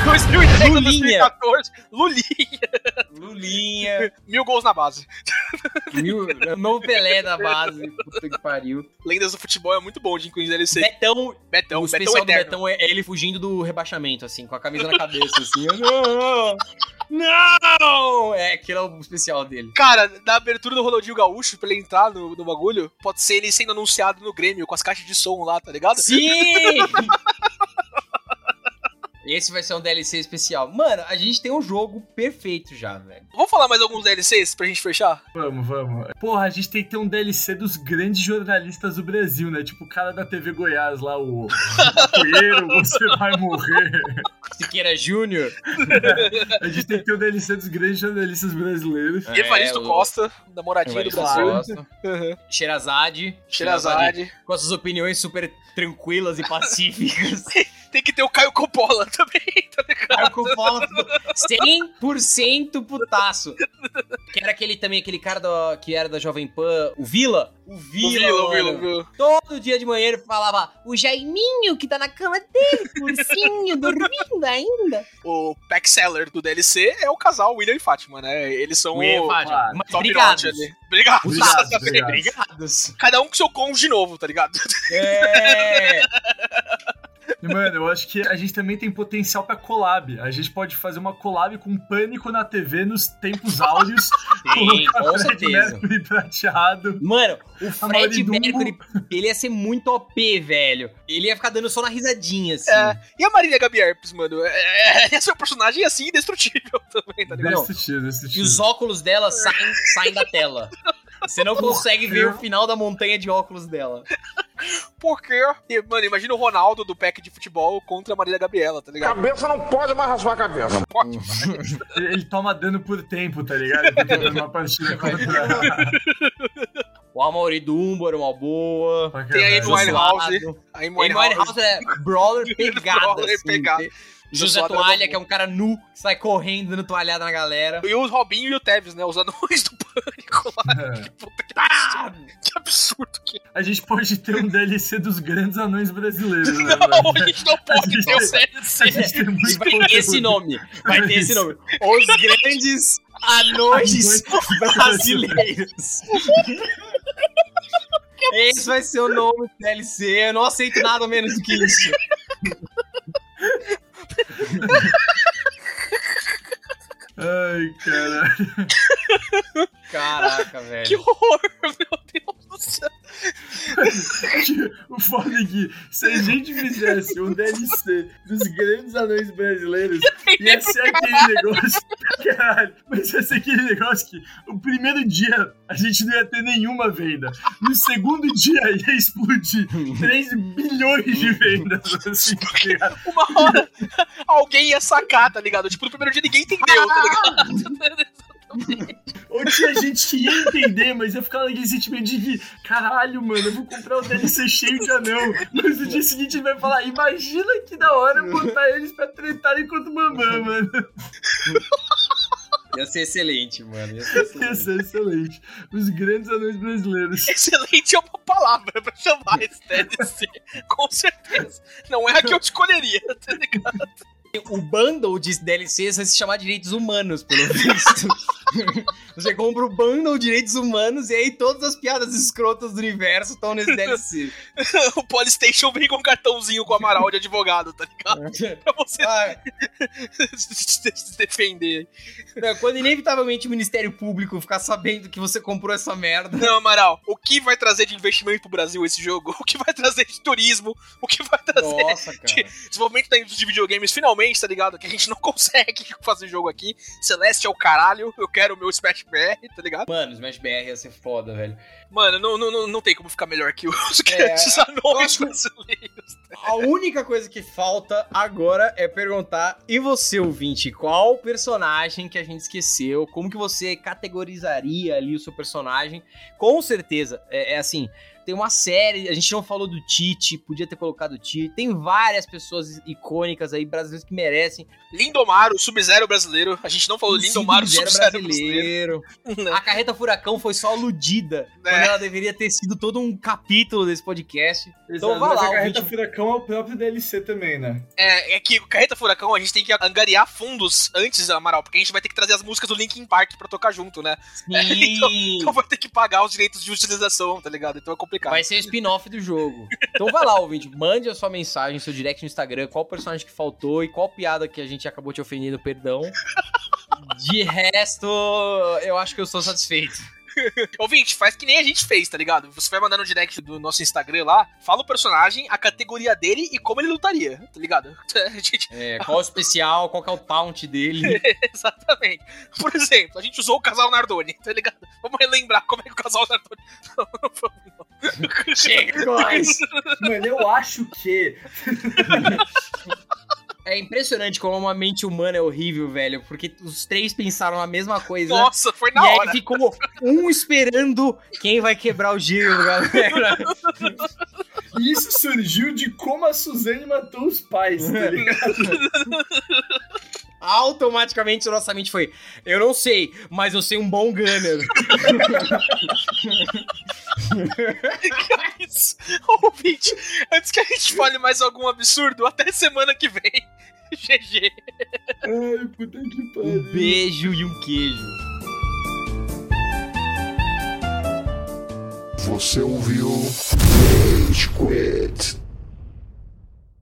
2010 a Lulinha. 2014. Lulinha. Lulinha, Mil gols na base. mil, é, novo Pelé da base. Puta que pariu. Lendas do futebol é muito bom de incluir DLC. Betão, Então, Betão, o Betão especial do Eterno. Betão é é ele fugindo do rebaixamento, assim, com a camisa na cabeça, assim. não, não! É, aquele é o especial dele. Cara, na abertura do Ronaldinho Gaúcho, pra ele entrar no, no bagulho, pode ser ele sendo anunciado no Grêmio com as caixas de som lá, tá ligado? Sim! Esse vai ser um DLC especial. Mano, a gente tem um jogo perfeito já, velho. Vamos falar mais alguns DLCs pra gente fechar? Vamos, vamos. Porra, a gente tem que ter um DLC dos grandes jornalistas do Brasil, né? Tipo o cara da TV Goiás lá, o Poeiro, você vai morrer. Siqueira Júnior. A gente tem que ter um DLC dos grandes jornalistas brasileiros. É, Evaristo o- Costa, da Moradinha do Evaristo Brasil. Uhum. Costa. Xerazade. Xerazade. Com as suas opiniões super tranquilas e pacíficas. Tem que ter o Caio Coppola também, tá ligado? Cara, com tipo, foto 100% putaço. Que era aquele também, aquele cara da- que era da Jovem Pan, o Vila. O Vila, O Vila, o Vila, mano. o Vila. Todo dia de manhã ele falava, o Jaiminho que tá na cama dele, cursinho, dormindo ainda. O pack seller do DLC é o casal William e Fátima, né? Eles são William o e Fátima. Mas top brigados. notch ali. Obrigado. tá Obrigado, obrigado. Brigados. Cada um com seu cônjuge novo, tá ligado? É. Mano, eu acho que a gente também tem potencial pra collab. A gente pode fazer uma collab com Pânico na TV nos tempos áureos. Sim, colocar com Fred certeza. Mercury prateado. Tá Mano, o Fred Dumbo. Mercury, ele ia ser muito OP, velho. Ele ia ficar dando só na risadinha, assim. É. E a Marília Gabi Herpes, mano? É, é, é seu personagem assim, indestrutível também, tá ligado? Não. Destrutivo, E destrutivo. os óculos dela saem, saem da tela. Você não consegue ver o final da montanha de óculos dela. Porque, e, mano, imagina o Ronaldo do pack de futebol contra a Marília Gabriela, tá ligado? Cabeça não pode mais raspar a cabeça. Ótimo. Ele toma dano por tempo, tá ligado? Ele tá tentando uma partida contra... O Amaury Dumbo era uma boa. pra Tem aí caralho. do Winehouse. Zoado. Aí Amy Winehouse. Winehouse é brawler pegada. Brawler assim. pegada. José Zoado era Toalha, bom. que é um cara nu, que sai correndo dando toalhada na galera. E o Robinho e o Tevez, né? Os anões do pânico lá. Que puta que Ah, absurdo. Que absurdo que É. A gente pode ter um DLC dos grandes anões brasileiros, né? Não, velho? É a gente não pode um ter o A DLC. gente tem muito Vai ter esse nome. Vai ter esse nome. Os grandes anões brasileiros. Esse vai ser o nome do DLC. Eu não aceito nada menos do que isso. Ai, cara. Caraca, velho. Que horror, meu Deus do céu. O foda é que se a gente fizesse um DLC dos grandes anões brasileiros, ia ser aquele negócio. Caralho, mas ia ser aquele negócio que o primeiro dia a gente não ia ter nenhuma venda. No segundo dia ia explodir 3 bilhões de vendas. Assim, tá ligado? Uma hora alguém ia sacar, tá ligado? Tipo, no primeiro dia ninguém entendeu, tá ligado? Ou tinha gente que ia entender, mas ia ficar naquele sentimento de que, caralho, mano, eu vou comprar um o DLC cheio de anão. Mas no dia seguinte ele vai falar, imagina que da hora botar eles pra tretar enquanto mamãe, mano. Ia ser excelente, mano. Ia ser Ia excelente. ser é excelente. Os grandes anões brasileiros. Excelente é uma palavra pra chamar esse DLC. Com certeza. Não é a que eu escolheria, tá ligado? O bundle de DLCs vai se chamar direitos humanos, pelo visto. Você compra o bundle direitos humanos e aí todas as piadas escrotas do universo estão nesse DLC. O Polystation vem com um cartãozinho com Amaral de advogado, tá ligado? Pra você Ah, se defender. Não, quando inevitavelmente o Ministério Público ficar sabendo que você comprou essa merda. Não, Amaral, o que vai trazer de investimento pro Brasil esse jogo? O que vai trazer de turismo? O que vai trazer Nossa, cara. desenvolvimento da indústria de videogames finalmente, tá ligado? Que a gente não consegue fazer jogo aqui. Celeste é o caralho, eu quero o meu Smash BR, tá ligado? Mano, Smash BR ia ser foda, velho. Mano, não, não, não, não tem como ficar melhor que os É, grandes anões acho que- brasileiros. A única coisa que falta agora é perguntar: e você, ouvinte, qual personagem que a gente esqueceu? Como que você categorizaria ali o seu personagem? Com certeza, é, é assim. tem- Tem uma série, a gente não falou do Tite, podia ter colocado o Tite. Tem várias pessoas icônicas aí, brasileiros que merecem. Lindomar, o Sub-Zero brasileiro. A gente não falou Lindomar, o Zero Sub-Zero brasileiro. Não. A carreta furacão foi só aludida. É. Quando ela deveria ter sido todo um capítulo desse podcast. Então Exato, vai mas lá, a Carreta ouvinte. Furacão é o próprio DLC também, né? É, é que o Carreta Furacão a gente tem que angariar fundos antes, Amaral, porque a gente vai ter que trazer as músicas do Linkin Park pra tocar junto, né? Sim. Então vai ter que pagar os direitos de utilização, tá ligado? Então é complicado. Vai ser o spin-off do jogo. Então vai lá, ouvinte, mande a sua mensagem, seu direct no Instagram, qual personagem que faltou e qual piada que a gente acabou te ofendendo, perdão. De resto, eu acho que eu sou satisfeito. Ouvinte, faz que nem a gente fez, tá ligado? Você vai mandar no direct do nosso Instagram lá, fala o personagem, a categoria dele e como ele lutaria, tá ligado? A gente- É, qual o especial, qual que é o taunt dele? Exatamente. Por exemplo, a gente usou o casal Nardoni, tá ligado? Vamos relembrar como é que o casal Nardoni. Não, não vamos, não. Chega, Mano, eu acho que. É impressionante como uma mente humana é horrível, velho, porque os três pensaram a mesma coisa. Nossa, foi na e hora. aí ficou um esperando quem vai quebrar o gelo, galera. Isso surgiu de como a Suzane matou os pais, tá ligado? Automaticamente nossa mente foi: Eu não sei, mas eu sei um bom gunner. Mas, É ouvinte, antes que a gente fale mais algum absurdo, até semana que vem. GG. Ai, puta que Um pariu. beijo e um queijo. Você ouviu?